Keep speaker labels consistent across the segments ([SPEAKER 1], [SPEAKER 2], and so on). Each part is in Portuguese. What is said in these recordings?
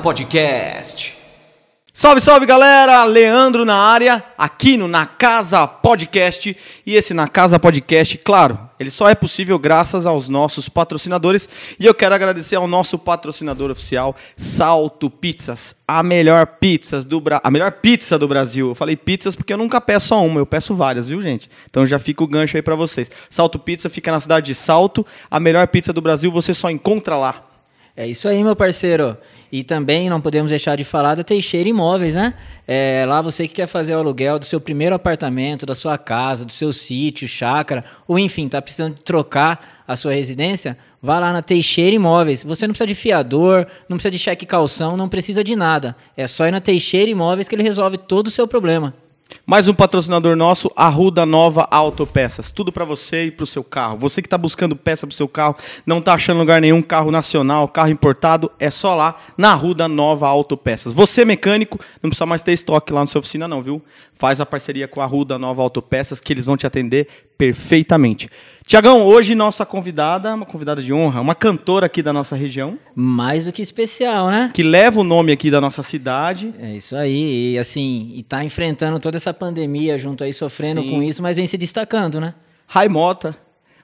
[SPEAKER 1] Podcast.
[SPEAKER 2] Salve, salve galera! Leandro na área, aqui no Na Casa Podcast. E esse Na Casa Podcast, claro, ele só é possível graças aos nossos patrocinadores. E eu quero agradecer ao nosso patrocinador oficial, Salto Pizzas, a melhor pizzas do Bra... a melhor pizza do Brasil. Eu falei pizzas porque eu nunca peço só uma, eu peço várias, viu, gente? Então já fica o gancho aí pra vocês. Salto Pizza fica na cidade de Salto, a melhor pizza do Brasil, você só encontra lá.
[SPEAKER 3] É isso aí, meu parceiro. E também não podemos deixar de falar da Teixeira Imóveis, né? É, lá você que quer fazer o aluguel do seu primeiro apartamento, da sua casa, do seu sítio, chácara, ou enfim, tá precisando de trocar a sua residência, vá lá na Teixeira Imóveis. Você não precisa de fiador, não precisa de cheque calção, não precisa de nada. É só ir na Teixeira Imóveis que ele resolve todo o seu problema.
[SPEAKER 2] Mais um patrocinador nosso, Arruda Nova Autopeças. Tudo pra você e pro seu carro. Você que tá buscando peça pro seu carro, não tá achando lugar nenhum, carro nacional, carro importado, é só lá na Arruda Nova Autopeças. Você mecânico, não precisa mais ter estoque lá na sua oficina não, viu? Faz a parceria com a Arruda Nova Autopeças que eles vão te atender perfeitamente. Tiagão, hoje nossa convidada, uma convidada de honra, uma cantora aqui da nossa região,
[SPEAKER 3] Mais do que especial, né?
[SPEAKER 2] que leva o nome aqui da nossa cidade.
[SPEAKER 3] É isso aí, e assim, e tá enfrentando toda essa pandemia junto aí, sofrendo
[SPEAKER 2] Sim.
[SPEAKER 3] com isso, mas vem se destacando, né?
[SPEAKER 2] Rai Mota.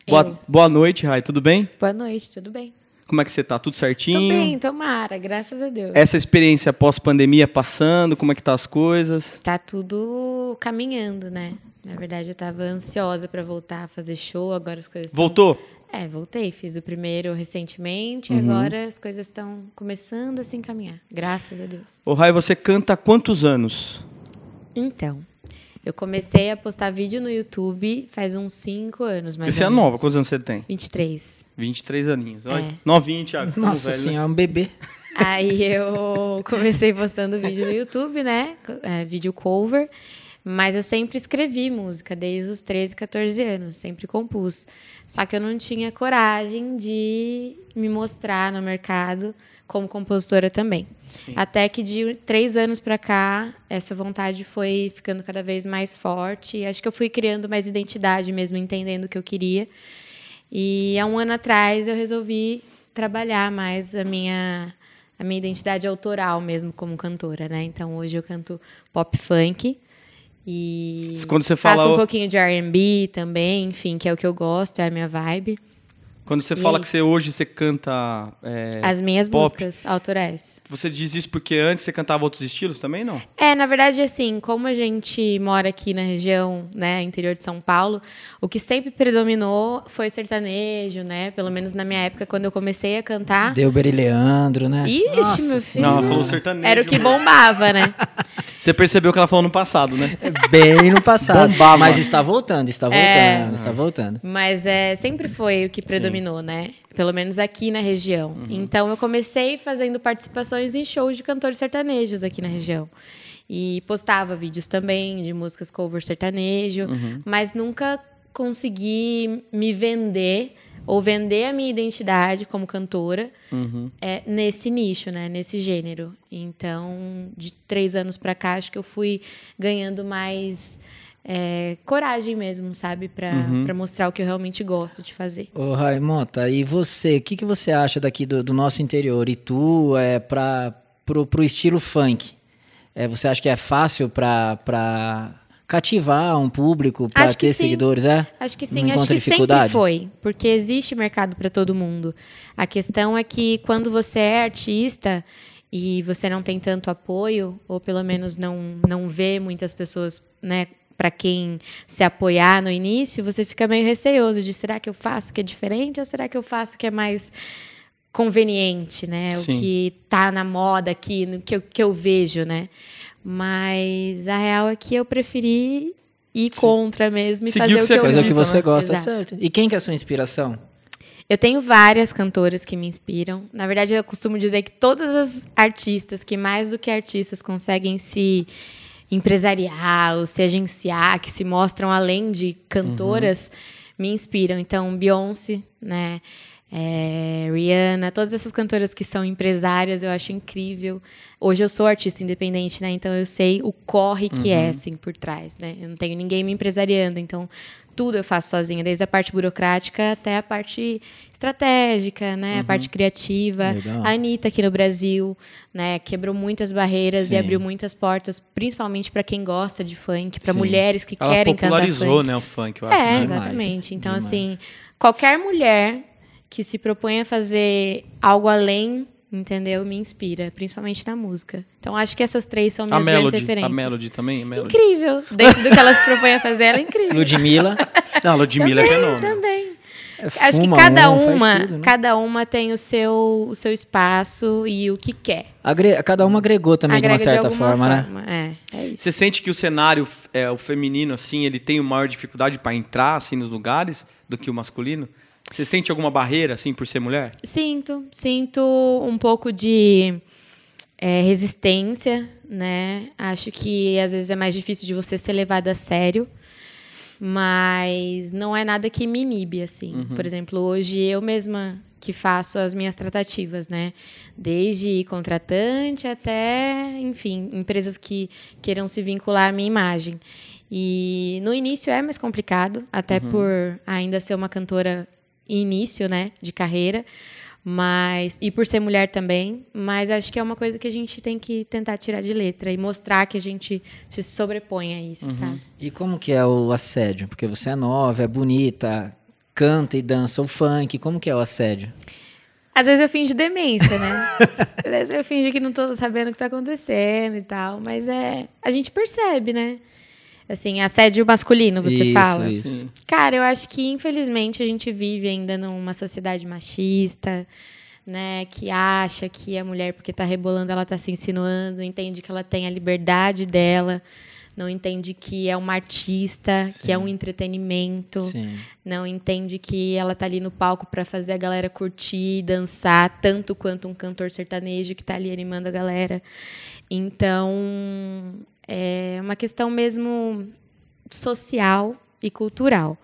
[SPEAKER 2] Boa, boa noite, Rai, tudo bem?
[SPEAKER 4] Boa noite, tudo bem?
[SPEAKER 2] Como é que você tá? Tudo certinho?
[SPEAKER 4] Tô bem, tomara, graças a Deus.
[SPEAKER 2] Essa experiência pós-pandemia passando, como é que tá as coisas?
[SPEAKER 4] Tá tudo caminhando, né? Na verdade, eu tava ansiosa pra voltar a fazer show, agora as coisas. tão-
[SPEAKER 2] Voltou?
[SPEAKER 4] É, voltei, fiz o primeiro recentemente,
[SPEAKER 2] Uhum.
[SPEAKER 4] agora as coisas estão começando a se encaminhar, graças a Deus.
[SPEAKER 2] Ô, Rai, você canta há quantos anos?
[SPEAKER 4] Então, eu comecei a postar vídeo no YouTube faz uns 5 anos,
[SPEAKER 2] Porque
[SPEAKER 4] mas.
[SPEAKER 2] você é nova, quantos anos você tem?
[SPEAKER 4] 23.
[SPEAKER 2] 23 aninhos. Olha,
[SPEAKER 4] É.
[SPEAKER 2] novinho, Thiago. como
[SPEAKER 3] Nossa
[SPEAKER 2] velho, né?
[SPEAKER 3] senhora, um bebê.
[SPEAKER 4] Aí eu comecei postando vídeo no YouTube, né? É, vídeo cover. Mas eu sempre escrevi música, desde os 13, 14 anos, sempre compus. Só que eu não tinha coragem de me mostrar no mercado como compositora também.
[SPEAKER 2] Sim.
[SPEAKER 4] Até que de três anos pra cá, essa vontade foi ficando cada vez mais forte. E Acho que eu fui criando mais identidade mesmo, entendendo o que eu queria. E há um ano atrás eu resolvi trabalhar mais a minha a minha identidade autoral mesmo como cantora, né? Então hoje eu canto pop funk e
[SPEAKER 2] Quando você
[SPEAKER 4] faço
[SPEAKER 2] fala,
[SPEAKER 4] um pouquinho de R&B também, enfim, que é o que eu gosto, é a minha vibe.
[SPEAKER 2] quando você fala
[SPEAKER 4] Isso.
[SPEAKER 2] que você hoje você canta, é,
[SPEAKER 4] As minhas
[SPEAKER 2] pop.
[SPEAKER 4] músicas autorais.
[SPEAKER 2] você diz isso porque antes você cantava outros estilos também, não?
[SPEAKER 4] É, na verdade, assim, como a gente mora aqui na região, né, interior de São Paulo, o que sempre predominou foi sertanejo, né? Pelo menos na minha época, quando eu comecei a cantar.
[SPEAKER 3] Deuber e Leandro, né?
[SPEAKER 4] Ixi,
[SPEAKER 3] Nossa
[SPEAKER 4] meu
[SPEAKER 3] senhora.
[SPEAKER 2] Não, ela falou sertanejo.
[SPEAKER 4] Era o que bombava, né?
[SPEAKER 2] Você percebeu o que ela falou no passado, né?
[SPEAKER 3] É Bem no passado.
[SPEAKER 2] Bombava. Ah.
[SPEAKER 3] Mas está voltando, está voltando,
[SPEAKER 4] É.
[SPEAKER 3] está voltando.
[SPEAKER 4] Mas é, sempre foi o que predominou, né? Pelo menos aqui na região.
[SPEAKER 3] Uhum.
[SPEAKER 4] Então eu comecei fazendo participações em shows de cantores sertanejos aqui na região. E postava vídeos também de músicas cover
[SPEAKER 3] Uhum.
[SPEAKER 4] sertanejo,
[SPEAKER 2] Uhum,
[SPEAKER 4] mas nunca consegui me vender ou vender a minha identidade como cantora
[SPEAKER 2] Uhum.
[SPEAKER 4] é, nesse nicho, né? Nesse gênero. Então, de três anos pra cá, acho que eu fui ganhando mais é, coragem mesmo, sabe? Pra,
[SPEAKER 2] Uhum.
[SPEAKER 4] pra mostrar o que eu realmente gosto de fazer.
[SPEAKER 3] Ô Raimota, e você, o que, que você acha daqui do, do nosso interior? E tu, é, pra, pro, pro estilo funk? É, você acha que é fácil pra, pra cativar um público, pra
[SPEAKER 4] Acho que
[SPEAKER 3] ter
[SPEAKER 4] sim.
[SPEAKER 3] seguidores, é?
[SPEAKER 4] Acho que
[SPEAKER 3] Não
[SPEAKER 4] sim, acho
[SPEAKER 3] encontra
[SPEAKER 4] que sempre
[SPEAKER 3] dificuldade?
[SPEAKER 4] foi, porque existe mercado para todo mundo. A questão é que quando você é artista e você não tem tanto apoio, ou pelo menos não, não vê muitas pessoas, né, para quem se apoiar no início, você fica meio receoso de será que eu faço o que é diferente ou será que eu faço o que é mais conveniente, né?
[SPEAKER 2] Sim.
[SPEAKER 4] O que tá na moda aqui, no que eu, que eu vejo, né? Mas a real é que eu preferi ir
[SPEAKER 2] Se-
[SPEAKER 4] contra mesmo e
[SPEAKER 2] seguir
[SPEAKER 4] fazer
[SPEAKER 2] o que
[SPEAKER 4] o
[SPEAKER 2] você
[SPEAKER 4] que eu
[SPEAKER 2] acredita,
[SPEAKER 3] Fazer o que
[SPEAKER 4] gosto,
[SPEAKER 3] você
[SPEAKER 4] né?
[SPEAKER 3] gosta,
[SPEAKER 4] Exato.
[SPEAKER 3] certo. E quem que é a sua inspiração?
[SPEAKER 4] Eu tenho várias cantoras que me inspiram. Na verdade, eu costumo dizer que todas as artistas que mais do que artistas conseguem se empresariar, ou se agenciar, que se mostram além de cantoras, me inspiram. Então, Beyoncé, né? é, Rihanna, todas essas cantoras que são empresárias, eu acho incrível. Hoje eu sou artista independente, né? Então eu sei o corre que é, assim, por trás, né? Eu não tenho ninguém me empresariando, então tudo eu faço sozinha, desde a parte burocrática até a parte estratégica, né? A parte criativa.
[SPEAKER 3] Legal.
[SPEAKER 4] A Anitta aqui no Brasil, né? Quebrou muitas barreiras
[SPEAKER 3] Sim.
[SPEAKER 4] e abriu muitas portas, principalmente para quem gosta de funk, para
[SPEAKER 3] Sim.
[SPEAKER 4] mulheres que
[SPEAKER 2] Ela
[SPEAKER 4] querem cantar funk.
[SPEAKER 2] popularizou, né, o funk, eu acho.
[SPEAKER 4] É,
[SPEAKER 2] né?
[SPEAKER 3] exato.
[SPEAKER 4] exatamente. Então,
[SPEAKER 3] demais.
[SPEAKER 4] assim, qualquer mulher que se propõe a fazer algo além, entendeu? Me inspira, principalmente na música. Então, acho que essas três são
[SPEAKER 2] A
[SPEAKER 4] minhas grandes
[SPEAKER 2] Melody, a
[SPEAKER 4] referências.
[SPEAKER 2] Melody também, a Melody.
[SPEAKER 4] Incrível. Dentro do que ela se propõe a fazer, ela é incrível.
[SPEAKER 3] Ludmilla.
[SPEAKER 2] Não, a Ludmilla é fenômeno.
[SPEAKER 4] Também.
[SPEAKER 3] é,
[SPEAKER 4] Acho que
[SPEAKER 3] fuma
[SPEAKER 4] cada
[SPEAKER 3] um, faz
[SPEAKER 4] uma,
[SPEAKER 3] tudo, né?
[SPEAKER 4] cada uma tem o seu, o seu espaço e o que quer.
[SPEAKER 3] Agre- cada uma agregou também
[SPEAKER 4] Agrega
[SPEAKER 3] de uma certa
[SPEAKER 4] alguma
[SPEAKER 3] forma, né?
[SPEAKER 4] forma. É, é isso.
[SPEAKER 2] Você sente que o cenário, é, o feminino, assim, ele tem maior dificuldade pra entrar, assim, nos lugares do que o masculino? Você sente alguma barreira, assim, por ser mulher?
[SPEAKER 4] Sinto, sinto um pouco de é, resistência, né? Acho que às vezes é mais difícil de você ser levada a sério, mas não é nada que me inibe, assim. Por exemplo, hoje eu mesma que faço as minhas tratativas, né? Desde contratante até, enfim, empresas que queiram se vincular à minha imagem. E no início é mais complicado, até por ainda ser uma cantora início, né, de carreira, mas e por ser mulher também, mas acho que é uma coisa que a gente tem que tentar tirar de letra e mostrar que a gente se sobrepõe a
[SPEAKER 3] Uhum.
[SPEAKER 4] isso, sabe?
[SPEAKER 3] E como que é o assédio? Porque você é nova, é bonita, canta e dança o funk. Como que é o assédio?
[SPEAKER 4] Às vezes eu finjo demência, né? Às vezes eu finjo que não tô sabendo o que tá acontecendo e tal, mas é, a gente percebe, né? Assim, assédio masculino, você
[SPEAKER 3] isso,
[SPEAKER 4] fala. assim,
[SPEAKER 3] isso.
[SPEAKER 4] Cara, eu acho que infelizmente a gente vive ainda numa sociedade machista, né, que acha que a mulher porque tá rebolando ela tá se insinuando, não entende que ela tem a liberdade dela, não entende que é uma artista, que é um entretenimento,
[SPEAKER 3] Sim.
[SPEAKER 4] não entende que ela tá ali no palco pra fazer a galera curtir, e dançar tanto quanto um cantor sertanejo que tá ali animando a galera. Então, é uma questão mesmo social e cultural,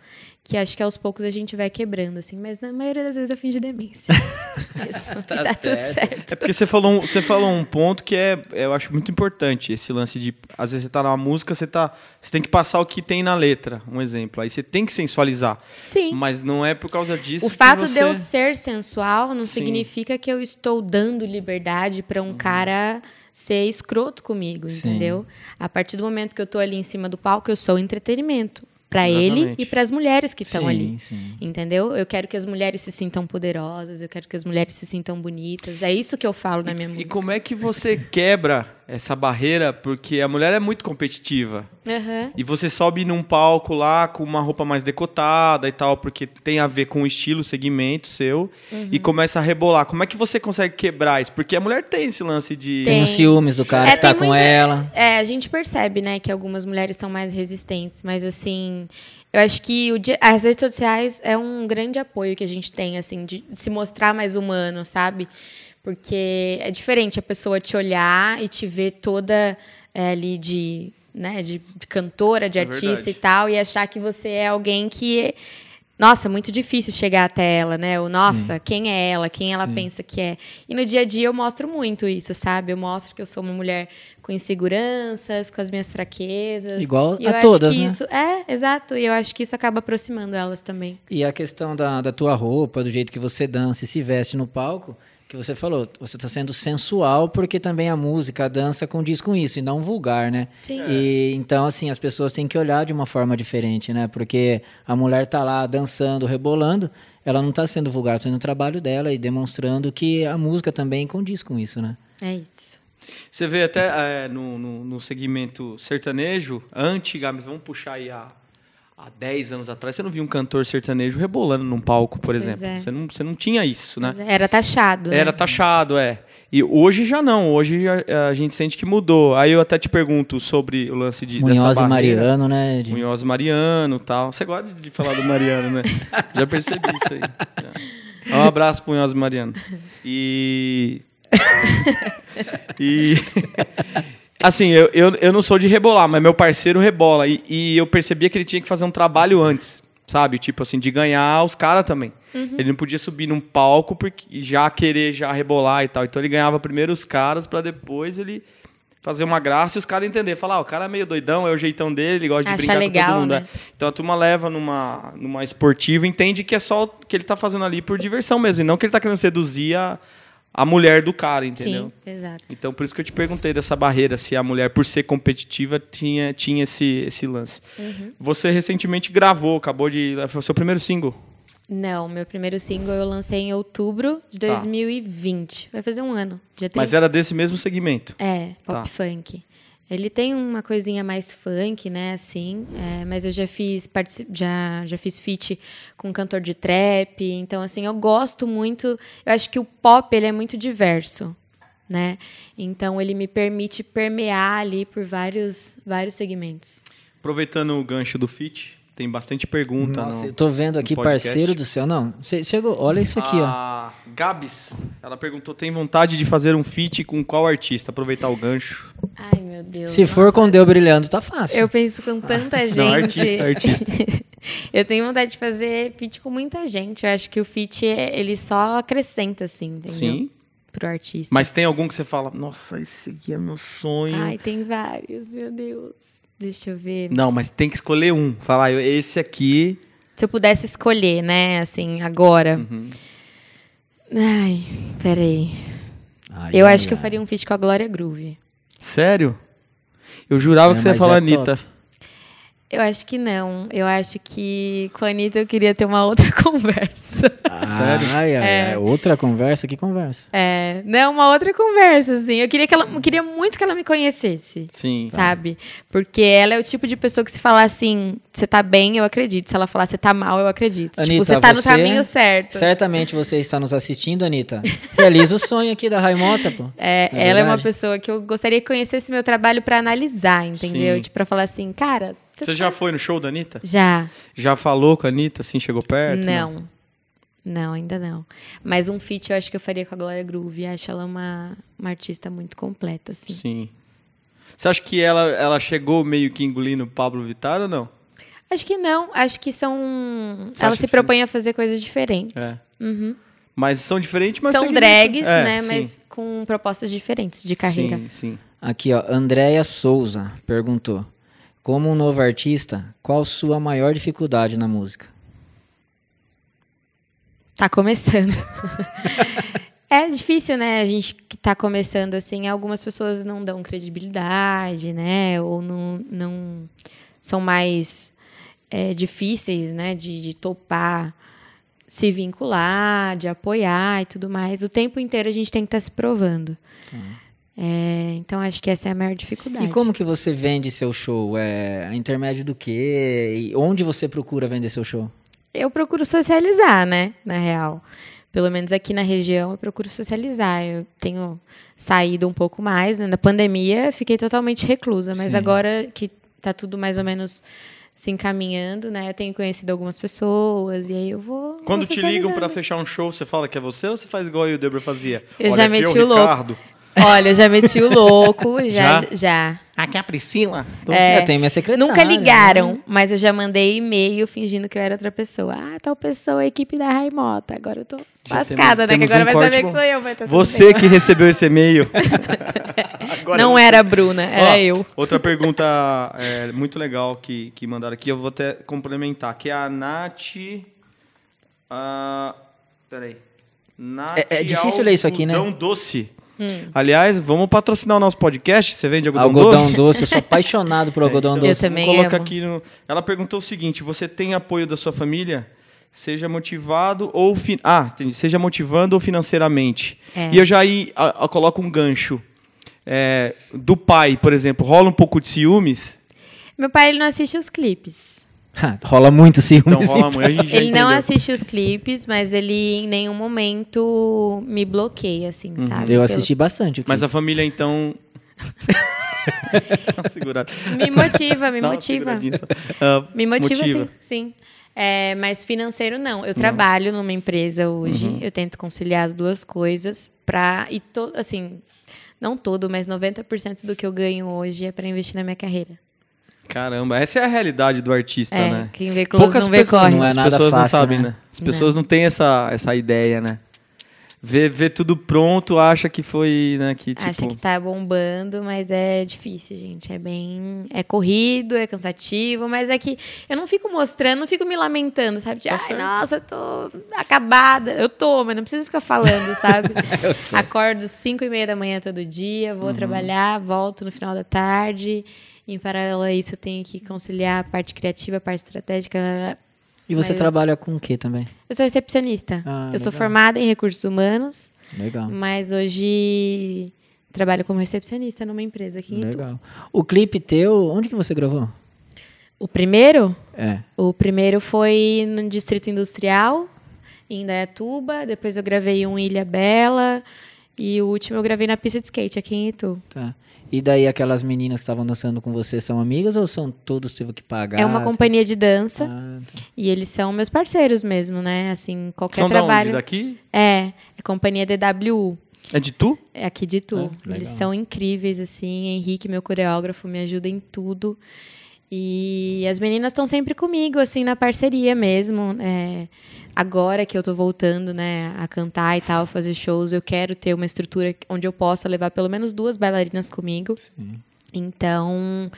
[SPEAKER 4] que acho que aos poucos a gente vai quebrando assim, mas na maioria das vezes eu fingi demência. Mesmo, e
[SPEAKER 3] Tá
[SPEAKER 4] tá
[SPEAKER 3] certo.
[SPEAKER 4] tudo certo.
[SPEAKER 2] É porque você falou, um- você falou um ponto que é, eu acho muito importante, esse lance de, às vezes você tá numa música, você, tá, você tem que passar o que tem na letra, um exemplo. Aí você tem que sensualizar,
[SPEAKER 4] Sim.
[SPEAKER 2] mas não é por causa disso
[SPEAKER 4] O fato
[SPEAKER 2] que
[SPEAKER 4] de eu
[SPEAKER 2] você...
[SPEAKER 4] ser sensual não
[SPEAKER 2] Sim. Uhum.
[SPEAKER 4] significa que eu estou dando liberdade para um cara ser escroto comigo,
[SPEAKER 3] Sim.
[SPEAKER 4] entendeu? A partir do momento que eu tô ali em cima do palco, eu sou entretenimento para ele
[SPEAKER 2] Exatamente.
[SPEAKER 4] e para as mulheres que
[SPEAKER 3] sim,
[SPEAKER 4] estão então ali.
[SPEAKER 3] sim.
[SPEAKER 4] Entendeu? Eu quero que as mulheres se sintam poderosas, eu quero que as mulheres se sintam bonitas. É isso que eu falo na minha
[SPEAKER 2] E
[SPEAKER 4] música.
[SPEAKER 2] como é que você quebra essa barreira? Porque a mulher é muito competitiva.
[SPEAKER 4] Aham.
[SPEAKER 2] E você sobe num palco lá com uma roupa mais decotada e tal, porque tem a ver com o estilo, o segmento seu,
[SPEAKER 4] Uhum.
[SPEAKER 2] e começa a rebolar. Como é que você consegue quebrar isso? Porque a mulher tem esse lance de.
[SPEAKER 3] Tem os ciúmes do cara
[SPEAKER 4] É,
[SPEAKER 3] que tá
[SPEAKER 4] tem
[SPEAKER 3] com
[SPEAKER 4] muita-
[SPEAKER 3] ela.
[SPEAKER 4] É, a gente percebe, né, que algumas mulheres são mais resistentes, mas assim, eu acho que o dia- as redes sociais é um grande apoio que a gente tem, assim, de se mostrar mais humano, sabe? Porque é diferente a pessoa te olhar e te ver toda é, ali de, né, de cantora, de
[SPEAKER 2] É
[SPEAKER 4] artista
[SPEAKER 2] verdade.
[SPEAKER 4] e tal, e achar que você é alguém que. Nossa, é muito difícil chegar até ela, né? Ou, nossa, quem é ela? Quem ela
[SPEAKER 3] Sim.
[SPEAKER 4] pensa que é? E no dia a dia eu mostro muito isso, sabe? Eu mostro que eu sou uma mulher com inseguranças, com as minhas fraquezas.
[SPEAKER 3] Igual
[SPEAKER 4] E eu
[SPEAKER 3] a
[SPEAKER 4] acho
[SPEAKER 3] todas,
[SPEAKER 4] que
[SPEAKER 3] né?
[SPEAKER 4] isso é exato. E eu acho que isso acaba aproximando elas também.
[SPEAKER 3] E a questão da, da tua roupa, do jeito que você dança e se veste no palco, que você falou, você tá sendo sensual porque também a música, a dança condiz com isso, e não vulgar, né?
[SPEAKER 4] Sim.
[SPEAKER 2] É.
[SPEAKER 3] E então, assim, as pessoas têm que olhar de uma forma diferente, né? Porque a mulher tá lá dançando, rebolando, ela não tá sendo vulgar, tá no trabalho dela e demonstrando que a música também condiz com isso, né?
[SPEAKER 4] É isso.
[SPEAKER 2] Você vê até é, no, no, no segmento sertanejo, antigamente, vamos puxar aí há, há 10 anos atrás, você não via um cantor sertanejo rebolando num palco, por
[SPEAKER 4] Pois
[SPEAKER 2] exemplo.
[SPEAKER 4] é.
[SPEAKER 2] Você, não, você não tinha isso, né?
[SPEAKER 4] Mas Era taxado. né?
[SPEAKER 2] Era taxado, é. E hoje já não, hoje já- a gente sente que mudou. Aí eu até te pergunto sobre o lance de,
[SPEAKER 3] Munhoz
[SPEAKER 2] dessa
[SPEAKER 3] e
[SPEAKER 2] barreira.
[SPEAKER 3] Mariano, né? de-
[SPEAKER 2] Munhoz e Mariano tal. Você gosta de falar do Mariano, né? Já percebi isso aí. Já. Um abraço pro Munhoz e Mariano. E. e. Assim, eu, eu, eu não sou de rebolar, mas meu parceiro rebola. E, e eu percebia que ele tinha que fazer um trabalho antes. sabe? Tipo assim, de ganhar os caras também.
[SPEAKER 4] Uhum.
[SPEAKER 2] Ele não podia subir num palco porque e já querer já rebolar e tal. Então ele ganhava primeiro os caras pra depois ele fazer uma graça e os caras entender, falar, ah, o cara é meio doidão, é o jeitão dele, ele gosta de brincar
[SPEAKER 4] Achar
[SPEAKER 2] com
[SPEAKER 4] legal,
[SPEAKER 2] todo mundo.
[SPEAKER 4] né?
[SPEAKER 2] é. Então a turma leva numa numa esportiva, entende que é só que ele tá fazendo ali por diversão mesmo, e não que ele tá querendo seduzir a, a mulher do cara, entendeu?
[SPEAKER 4] Sim, exato.
[SPEAKER 2] Então, por isso que eu te perguntei dessa barreira, se a mulher, por ser competitiva, tinha, tinha esse, esse lance.
[SPEAKER 4] Uhum.
[SPEAKER 2] Você recentemente gravou, acabou de. Foi o seu primeiro single.
[SPEAKER 4] Não, meu primeiro single eu lancei em outubro de
[SPEAKER 2] Tá.
[SPEAKER 4] 2020. Vai fazer um ano. Dia 30
[SPEAKER 2] Mas era desse mesmo segmento.
[SPEAKER 4] É, pop
[SPEAKER 2] Tá.
[SPEAKER 4] funk. Ele tem uma coisinha mais funk, né, assim, é, mas eu já fiz partici- já já fiz feat com um cantor de trap, então assim, eu gosto muito, eu acho que o pop ele é muito diverso, né? Então ele me permite permear ali por vários vários segmentos.
[SPEAKER 2] Aproveitando o gancho do feat, tem bastante pergunta.
[SPEAKER 3] Nossa,
[SPEAKER 2] no-
[SPEAKER 3] eu tô vendo
[SPEAKER 2] no
[SPEAKER 3] aqui,
[SPEAKER 2] podcast. Ah,
[SPEAKER 3] parceiro do céu. Não, cê chegou, olha isso aqui, ó.
[SPEAKER 2] a Gabs, ela perguntou: tem vontade de fazer um feat com qual artista? Aproveitar o gancho.
[SPEAKER 4] Ai, meu Deus.
[SPEAKER 3] Se for com Deus brilhando, tá fácil.
[SPEAKER 4] Eu penso com tanta gente.
[SPEAKER 2] Não, artista, artista.
[SPEAKER 4] eu tenho vontade de fazer feat com muita gente. Eu acho que o feat é- ele só acrescenta assim, entendeu?
[SPEAKER 2] Sim.
[SPEAKER 4] Pro artista.
[SPEAKER 2] Mas tem algum que você fala: nossa, esse aqui é meu sonho.
[SPEAKER 4] Ai, tem vários, meu Deus. Deixa eu ver.
[SPEAKER 2] Não, mas tem que escolher um. Falar: "Eu- esse aqui.
[SPEAKER 4] Se eu pudesse escolher, né, assim, agora.
[SPEAKER 2] Uhum.
[SPEAKER 4] Ai, peraí.
[SPEAKER 3] Ai,
[SPEAKER 4] Eu
[SPEAKER 3] ai,
[SPEAKER 4] acho que eu
[SPEAKER 3] ai.
[SPEAKER 4] faria um feat com a Glória Groove.
[SPEAKER 2] Sério? Eu jurava
[SPEAKER 3] É,
[SPEAKER 2] que você ia
[SPEAKER 3] mas
[SPEAKER 2] falar
[SPEAKER 3] é
[SPEAKER 2] Anitta.
[SPEAKER 4] Eu acho que não. Eu acho que com a Anitta eu queria ter uma outra conversa.
[SPEAKER 2] Sério?
[SPEAKER 3] Ah, Ai, ai, ai. Outra conversa, que conversa.
[SPEAKER 4] É, não, uma outra conversa, assim. Eu queria que ela, eu queria muito que ela me conhecesse.
[SPEAKER 2] Sim.
[SPEAKER 4] Tá.
[SPEAKER 3] Tá.
[SPEAKER 4] Sabe? Porque ela é o tipo de pessoa que se falar assim, você tá bem, eu acredito. Se ela falar, você tá mal, eu acredito.
[SPEAKER 3] Anitta,
[SPEAKER 4] tipo, você tá no
[SPEAKER 3] você-
[SPEAKER 4] caminho certo.
[SPEAKER 3] Certamente você está nos assistindo, Anitta. Realiza o sonho aqui da Raimota, pô.
[SPEAKER 4] É,
[SPEAKER 3] Não é
[SPEAKER 4] ela é uma
[SPEAKER 3] verdade?
[SPEAKER 4] pessoa que eu gostaria que conhecesse meu trabalho pra analisar, entendeu?
[SPEAKER 2] Sim.
[SPEAKER 4] Tipo, pra falar assim, cara. você-
[SPEAKER 2] Você já foi no show da Anitta?
[SPEAKER 4] Já.
[SPEAKER 2] Já falou com a Anitta, assim, chegou perto?
[SPEAKER 4] não. Não, ainda não. Mas um feat eu acho que eu faria com a Glória Groove. Acho ela uma, uma artista muito completa, assim.
[SPEAKER 2] Sim. Você acha que ela, ela chegou meio que engolindo o Pablo Vittar ou não?
[SPEAKER 4] Acho que não. Acho que são.
[SPEAKER 2] Você
[SPEAKER 4] ela
[SPEAKER 2] acha
[SPEAKER 4] se
[SPEAKER 2] que-
[SPEAKER 4] propõe a fazer coisas diferentes.
[SPEAKER 2] É.
[SPEAKER 4] Uhum.
[SPEAKER 2] Mas são diferentes, mas.
[SPEAKER 4] São
[SPEAKER 2] seguem-
[SPEAKER 4] drags,
[SPEAKER 2] É,
[SPEAKER 4] né?
[SPEAKER 2] sim.
[SPEAKER 4] Mas com propostas diferentes de carreira.
[SPEAKER 2] Sim, sim.
[SPEAKER 3] Aqui, ó, Andréia Souza perguntou: Como um novo artista, qual sua maior dificuldade na música?
[SPEAKER 4] Tá começando. é difícil, né? A gente que tá começando assim, algumas pessoas não dão credibilidade, né? Ou não, não são mais é, difíceis, né? De, de topar, se vincular, de apoiar e tudo mais. O tempo inteiro a gente tem que estar se provando. É, então acho que essa é a maior dificuldade.
[SPEAKER 3] E como que você vende seu show? É a intermédio do quê? E onde você procura vender seu show?
[SPEAKER 4] eu procuro socializar, né? Na real. Pelo menos aqui na região eu procuro socializar. Eu tenho saído um pouco mais, né? Na pandemia fiquei totalmente reclusa, mas
[SPEAKER 3] Sim.
[SPEAKER 4] agora que tá tudo mais ou menos se encaminhando, né? Eu tenho conhecido algumas pessoas e aí eu vou.
[SPEAKER 2] Quando
[SPEAKER 4] vou
[SPEAKER 2] te ligam pra
[SPEAKER 4] socializando.
[SPEAKER 2] fechar um show, você fala que é você ou você faz igual eu e o Debra fazia?
[SPEAKER 4] Eu
[SPEAKER 2] Olha,
[SPEAKER 4] já
[SPEAKER 2] aqui é
[SPEAKER 4] meti o louco.
[SPEAKER 2] Ricardo.
[SPEAKER 4] Olha, eu já meti o louco, já. já.
[SPEAKER 2] Aqui é a Priscila.
[SPEAKER 3] É, tem minha secretária.
[SPEAKER 4] Nunca ligaram,
[SPEAKER 3] né?
[SPEAKER 4] mas eu já mandei e-mail fingindo que eu era outra pessoa. Ah, tal pessoa, é a equipe da Raimota. Agora eu tô
[SPEAKER 2] Já
[SPEAKER 4] lascada,
[SPEAKER 2] temos-
[SPEAKER 4] né?
[SPEAKER 2] temos
[SPEAKER 4] Que agora
[SPEAKER 2] um
[SPEAKER 4] vai
[SPEAKER 2] corte
[SPEAKER 4] saber
[SPEAKER 2] bom.
[SPEAKER 4] que sou eu, vai tá tudo
[SPEAKER 2] Você que recebeu esse e-mail. Agora é
[SPEAKER 4] não
[SPEAKER 2] você-
[SPEAKER 4] era a Bruna, era
[SPEAKER 2] Ó,
[SPEAKER 4] eu.
[SPEAKER 2] Outra pergunta é, muito legal que, que mandaram aqui, eu vou até complementar, que é a Nath. ah, peraí. Nath
[SPEAKER 3] É- é difícil ler isso aqui, né? Hum.
[SPEAKER 2] Algodão Doce. Aliás, vamos patrocinar o nosso podcast? Você vende algodão,
[SPEAKER 3] Algodão
[SPEAKER 2] doce?
[SPEAKER 3] doce, eu sou apaixonado por algodão
[SPEAKER 2] Então,
[SPEAKER 4] Eu
[SPEAKER 3] doce.
[SPEAKER 2] vamos
[SPEAKER 4] também
[SPEAKER 2] colocar
[SPEAKER 4] amo.
[SPEAKER 2] aqui no- Ela perguntou o seguinte: você tem apoio da sua família? Seja motivado ou fi- ah, entendi. seja motivando ou financeiramente.
[SPEAKER 4] É.
[SPEAKER 2] E eu já aí a- a- coloco um gancho É, do pai, por exemplo, rola um pouco de ciúmes.
[SPEAKER 4] Meu pai ele não assiste os clipes.
[SPEAKER 3] Ah, Rola muito Um ciúmes.
[SPEAKER 2] Então rola muito. A gente já
[SPEAKER 4] ele não
[SPEAKER 2] entendeu.
[SPEAKER 4] assiste os clipes, mas ele em nenhum momento me bloqueia, assim,
[SPEAKER 2] Uhum.
[SPEAKER 4] sabe?
[SPEAKER 3] Eu
[SPEAKER 4] Pelo-
[SPEAKER 3] assisti bastante. o
[SPEAKER 2] Mas
[SPEAKER 3] clipe.
[SPEAKER 2] a família então. Dá uma segurada.
[SPEAKER 4] Me motiva, me
[SPEAKER 2] Dá uma
[SPEAKER 4] motiva.
[SPEAKER 2] seguradinha só. Ah,
[SPEAKER 4] Me motiva,
[SPEAKER 2] Motiva.
[SPEAKER 4] sim. sim. É, mas financeiro não. Eu trabalho numa empresa hoje.
[SPEAKER 2] Uhum.
[SPEAKER 4] Eu tento conciliar as duas coisas pra. E to, assim, não todo, mas 90% do que eu ganho hoje é pra investir na minha carreira.
[SPEAKER 2] Caramba, essa é a realidade do artista,
[SPEAKER 4] É,
[SPEAKER 2] né?
[SPEAKER 4] quem vê close não vê
[SPEAKER 2] pessoas,
[SPEAKER 4] corre.
[SPEAKER 3] Não é
[SPEAKER 2] as
[SPEAKER 3] nada
[SPEAKER 2] pessoas não
[SPEAKER 3] fácil,
[SPEAKER 2] sabem, né?
[SPEAKER 3] né?
[SPEAKER 2] As pessoas não, têm essa, essa ideia, né? Vê, vê tudo pronto, acha que foi, né? Que tipo.
[SPEAKER 4] Acha que tá bombando, mas é difícil, gente. É bem. É corrido, é cansativo, mas é que eu não fico mostrando, não fico me lamentando, sabe? De,
[SPEAKER 2] Tá
[SPEAKER 4] ai,
[SPEAKER 2] certo.
[SPEAKER 4] nossa, eu tô acabada. Eu tô, mas não preciso ficar falando, sabe?
[SPEAKER 3] Eu
[SPEAKER 4] Acordo 5 e meia da manhã todo dia, vou trabalhar, volto no final da tarde. Em paralelo a isso, eu tenho que conciliar a parte criativa, a parte estratégica.
[SPEAKER 3] E você
[SPEAKER 4] Mas-
[SPEAKER 3] trabalha com o que também?
[SPEAKER 4] Eu sou recepcionista.
[SPEAKER 3] Ah,
[SPEAKER 4] eu sou
[SPEAKER 3] legal.
[SPEAKER 4] formada em recursos humanos.
[SPEAKER 3] Legal.
[SPEAKER 4] Mas hoje trabalho como recepcionista numa empresa aqui em Itu.
[SPEAKER 3] Legal. O clipe teu, onde que você gravou?
[SPEAKER 4] O primeiro?
[SPEAKER 3] É.
[SPEAKER 4] O primeiro foi no Distrito Industrial, em Indaiatuba. Depois eu gravei um Ilha Bela. E o último eu gravei na pista de skate aqui em Itu.
[SPEAKER 3] Tá. E daí aquelas meninas que estavam dançando com você são amigas ou são todos teve que pagar? Tá.
[SPEAKER 4] É uma companhia de dança
[SPEAKER 3] Ah, tá.
[SPEAKER 4] e eles são meus parceiros mesmo, né? Assim, qualquer
[SPEAKER 2] São da onde?
[SPEAKER 4] trabalho.
[SPEAKER 2] Daqui?
[SPEAKER 4] É, é companhia DWU.
[SPEAKER 2] É de tu?
[SPEAKER 4] É aqui de
[SPEAKER 3] Ah,
[SPEAKER 4] tu.
[SPEAKER 3] legal.
[SPEAKER 4] Eles são incríveis, assim. Henrique, meu coreógrafo, me ajuda em tudo. E as meninas estão sempre comigo, assim, na parceria mesmo. É, agora que eu tô voltando, né, a cantar e tal, fazer shows, eu quero ter uma estrutura onde eu possa levar pelo menos duas bailarinas comigo.
[SPEAKER 3] Sim.
[SPEAKER 4] Então,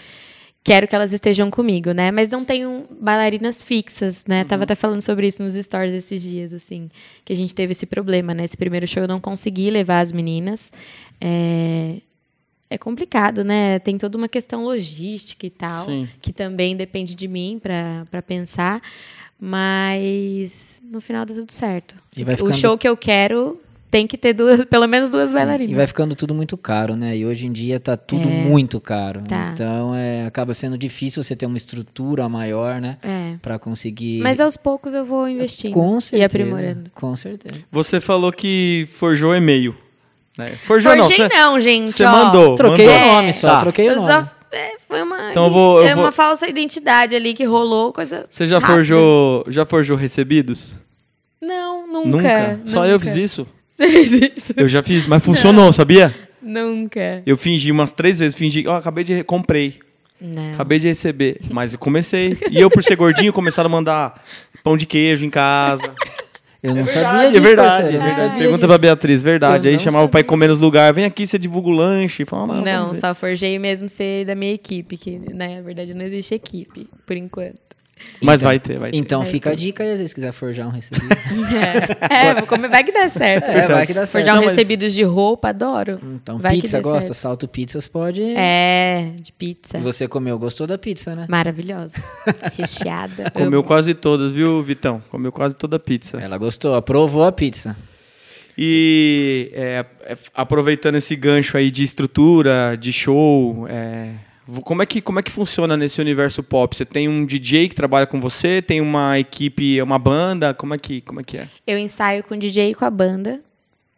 [SPEAKER 4] quero que elas estejam comigo, né? Mas não tenho bailarinas fixas, né?
[SPEAKER 2] Uhum.
[SPEAKER 4] Tava até falando sobre isso nos stories esses dias, assim, que a gente teve esse problema, né? Esse primeiro show eu não consegui levar as meninas. É, é complicado, né? Tem toda uma questão logística e tal,
[SPEAKER 2] Sim.
[SPEAKER 4] que também depende de mim para pensar. Mas no final dá tudo certo.
[SPEAKER 3] E vai
[SPEAKER 4] O
[SPEAKER 3] ficando-
[SPEAKER 4] show é que eu quero tem que ter duas, pelo menos duas
[SPEAKER 3] Sim,
[SPEAKER 4] bailarinas.
[SPEAKER 3] E vai ficando tudo muito caro, né? E hoje em dia tá tudo muito caro.
[SPEAKER 4] É. Tá.
[SPEAKER 3] Então é, acaba sendo difícil você ter uma estrutura maior, né?
[SPEAKER 4] É.
[SPEAKER 3] Pra conseguir.
[SPEAKER 4] Mas aos poucos eu vou investindo.
[SPEAKER 3] com certeza.
[SPEAKER 4] aprimorando.
[SPEAKER 3] Com certeza.
[SPEAKER 2] Você falou que forjou e-mail. Né? Forjou não,
[SPEAKER 4] Forjei
[SPEAKER 2] você,
[SPEAKER 4] não, gente.
[SPEAKER 2] você
[SPEAKER 4] ó.
[SPEAKER 2] mandou.
[SPEAKER 3] Troquei
[SPEAKER 2] mandou.
[SPEAKER 3] o nome só,
[SPEAKER 2] Tá.
[SPEAKER 3] troquei o
[SPEAKER 4] Eu
[SPEAKER 3] nome.
[SPEAKER 4] só, é, foi uma,
[SPEAKER 2] Então eu vou- eu
[SPEAKER 4] é uma
[SPEAKER 2] vou-
[SPEAKER 4] falsa identidade ali que rolou, coisa.
[SPEAKER 2] Você já
[SPEAKER 4] rápida.
[SPEAKER 2] forjou, já forjou recebidos?
[SPEAKER 4] Não, nunca.
[SPEAKER 2] Só eu fiz isso?
[SPEAKER 4] isso.
[SPEAKER 2] Eu já fiz, mas funcionou, sabia?
[SPEAKER 4] nunca.
[SPEAKER 2] Eu fingi umas três vezes, fingi, ó, acabei de re- comprei,
[SPEAKER 4] Não.
[SPEAKER 2] acabei de receber, mas eu comecei. E eu por ser gordinho começaram a mandar pão de queijo em casa.
[SPEAKER 3] Eu não sabia
[SPEAKER 2] Verdade,
[SPEAKER 3] disso.
[SPEAKER 2] é verdade, é
[SPEAKER 3] parceiro, eu não
[SPEAKER 2] verdade.
[SPEAKER 3] sabia
[SPEAKER 2] Pergunta
[SPEAKER 3] disso.
[SPEAKER 2] pra Beatriz, verdade.
[SPEAKER 3] Eu
[SPEAKER 2] Aí
[SPEAKER 3] não
[SPEAKER 2] chamava o pai comer nos lugares, vem aqui, você divulga o lanche. Fala, "Ah,
[SPEAKER 4] Não,
[SPEAKER 2] vamos ver."
[SPEAKER 4] só forjei mesmo ser da minha equipe, que né, na verdade não existe equipe, por enquanto.
[SPEAKER 2] Mas
[SPEAKER 3] Então-
[SPEAKER 2] vai ter, vai ter.
[SPEAKER 3] Então fica a dica aí, às vezes, se quiser forjar um recebido.
[SPEAKER 4] É, é, vou comer, vai que dá certo.
[SPEAKER 3] é, vai que dá certo.
[SPEAKER 4] Forjar um
[SPEAKER 2] Não, mas- Hum.
[SPEAKER 4] recebidos de roupa, adoro.
[SPEAKER 3] Então,
[SPEAKER 4] Vai que
[SPEAKER 3] pizza
[SPEAKER 4] dê
[SPEAKER 3] gosta,
[SPEAKER 4] certo.
[SPEAKER 3] salto pizzas pode.
[SPEAKER 4] É, de pizza.
[SPEAKER 3] E você comeu, gostou da pizza, né?
[SPEAKER 4] Maravilhosa. Recheada.
[SPEAKER 2] Comeu quase todas, viu, Vitão? Comeu quase toda a pizza.
[SPEAKER 3] Ela gostou, aprovou a pizza.
[SPEAKER 2] E é, é, aproveitando esse gancho aí de estrutura, de show, é, vo- como, é que, como é que funciona nesse universo pop? Você tem um DJ que trabalha com você? Tem uma equipe, uma banda? Como é que, como é, que é?
[SPEAKER 4] Eu ensaio com o DJ e com a banda,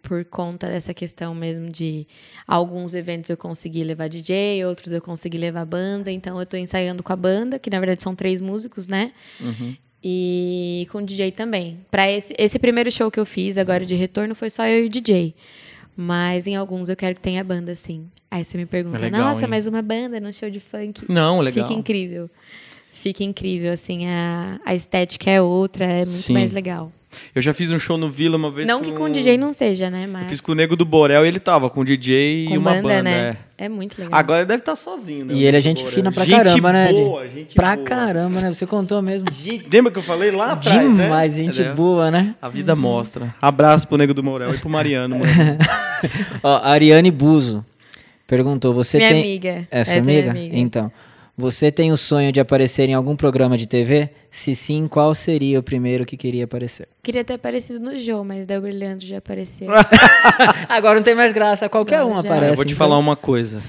[SPEAKER 4] por conta dessa questão mesmo de alguns eventos eu consegui levar DJ, outros eu consegui levar banda, então eu tô ensaiando com a banda, que na verdade são três músicos, né? E com o DJ também. Para esse, esse primeiro show que eu fiz agora de retorno foi só eu e o DJ. Mas em alguns eu quero que tenha banda, sim. Aí você me pergunta,
[SPEAKER 2] É legal,
[SPEAKER 4] nossa,
[SPEAKER 2] hein?"
[SPEAKER 4] mais uma banda num show de funk.
[SPEAKER 2] Não, legal.
[SPEAKER 4] Fica incrível. Fica incrível, assim, a, a estética é outra, é muito
[SPEAKER 2] Sim.
[SPEAKER 4] mais legal.
[SPEAKER 2] Eu já fiz um show no Vila uma vez
[SPEAKER 4] Não que com o DJ não seja, né?
[SPEAKER 2] Eu
[SPEAKER 4] Mas
[SPEAKER 2] fiz com o Nego do Borel e ele tava com o DJ
[SPEAKER 4] com
[SPEAKER 2] e uma
[SPEAKER 4] banda,
[SPEAKER 2] banda,
[SPEAKER 4] né?
[SPEAKER 2] é.
[SPEAKER 4] É. muito legal.
[SPEAKER 2] Agora ele deve estar sozinho, né? o
[SPEAKER 3] E ele é
[SPEAKER 2] Nego
[SPEAKER 3] gente
[SPEAKER 2] Borel.
[SPEAKER 3] fina pra
[SPEAKER 2] Gente
[SPEAKER 3] caramba, né, Ed?
[SPEAKER 2] Boa, gente
[SPEAKER 3] pra
[SPEAKER 2] boa.
[SPEAKER 3] caramba, né? Você contou mesmo.
[SPEAKER 2] Gente, lembra que eu falei lá atrás, né?
[SPEAKER 3] Demais, gente
[SPEAKER 2] Entendeu?
[SPEAKER 3] boa, né?
[SPEAKER 2] A vida mostra. Abraço pro Nego do Borel e pro Mariano, mano.
[SPEAKER 3] Ó, a Ariane Buzo perguntou: você
[SPEAKER 4] minha
[SPEAKER 3] tem.
[SPEAKER 4] amiga.
[SPEAKER 3] É sua
[SPEAKER 4] é
[SPEAKER 3] amiga?
[SPEAKER 4] minha amiga.
[SPEAKER 3] Então. Você tem o sonho de aparecer em algum programa de TV? Se sim, qual seria o primeiro que queria aparecer?
[SPEAKER 4] Queria ter aparecido no jogo, mas daí o Brilhante já apareceu.
[SPEAKER 2] Ah,
[SPEAKER 3] Agora não tem mais graça, qualquer
[SPEAKER 4] Não,
[SPEAKER 3] um
[SPEAKER 4] já.
[SPEAKER 3] aparece.
[SPEAKER 2] Eu vou te
[SPEAKER 3] então.
[SPEAKER 2] falar uma coisa.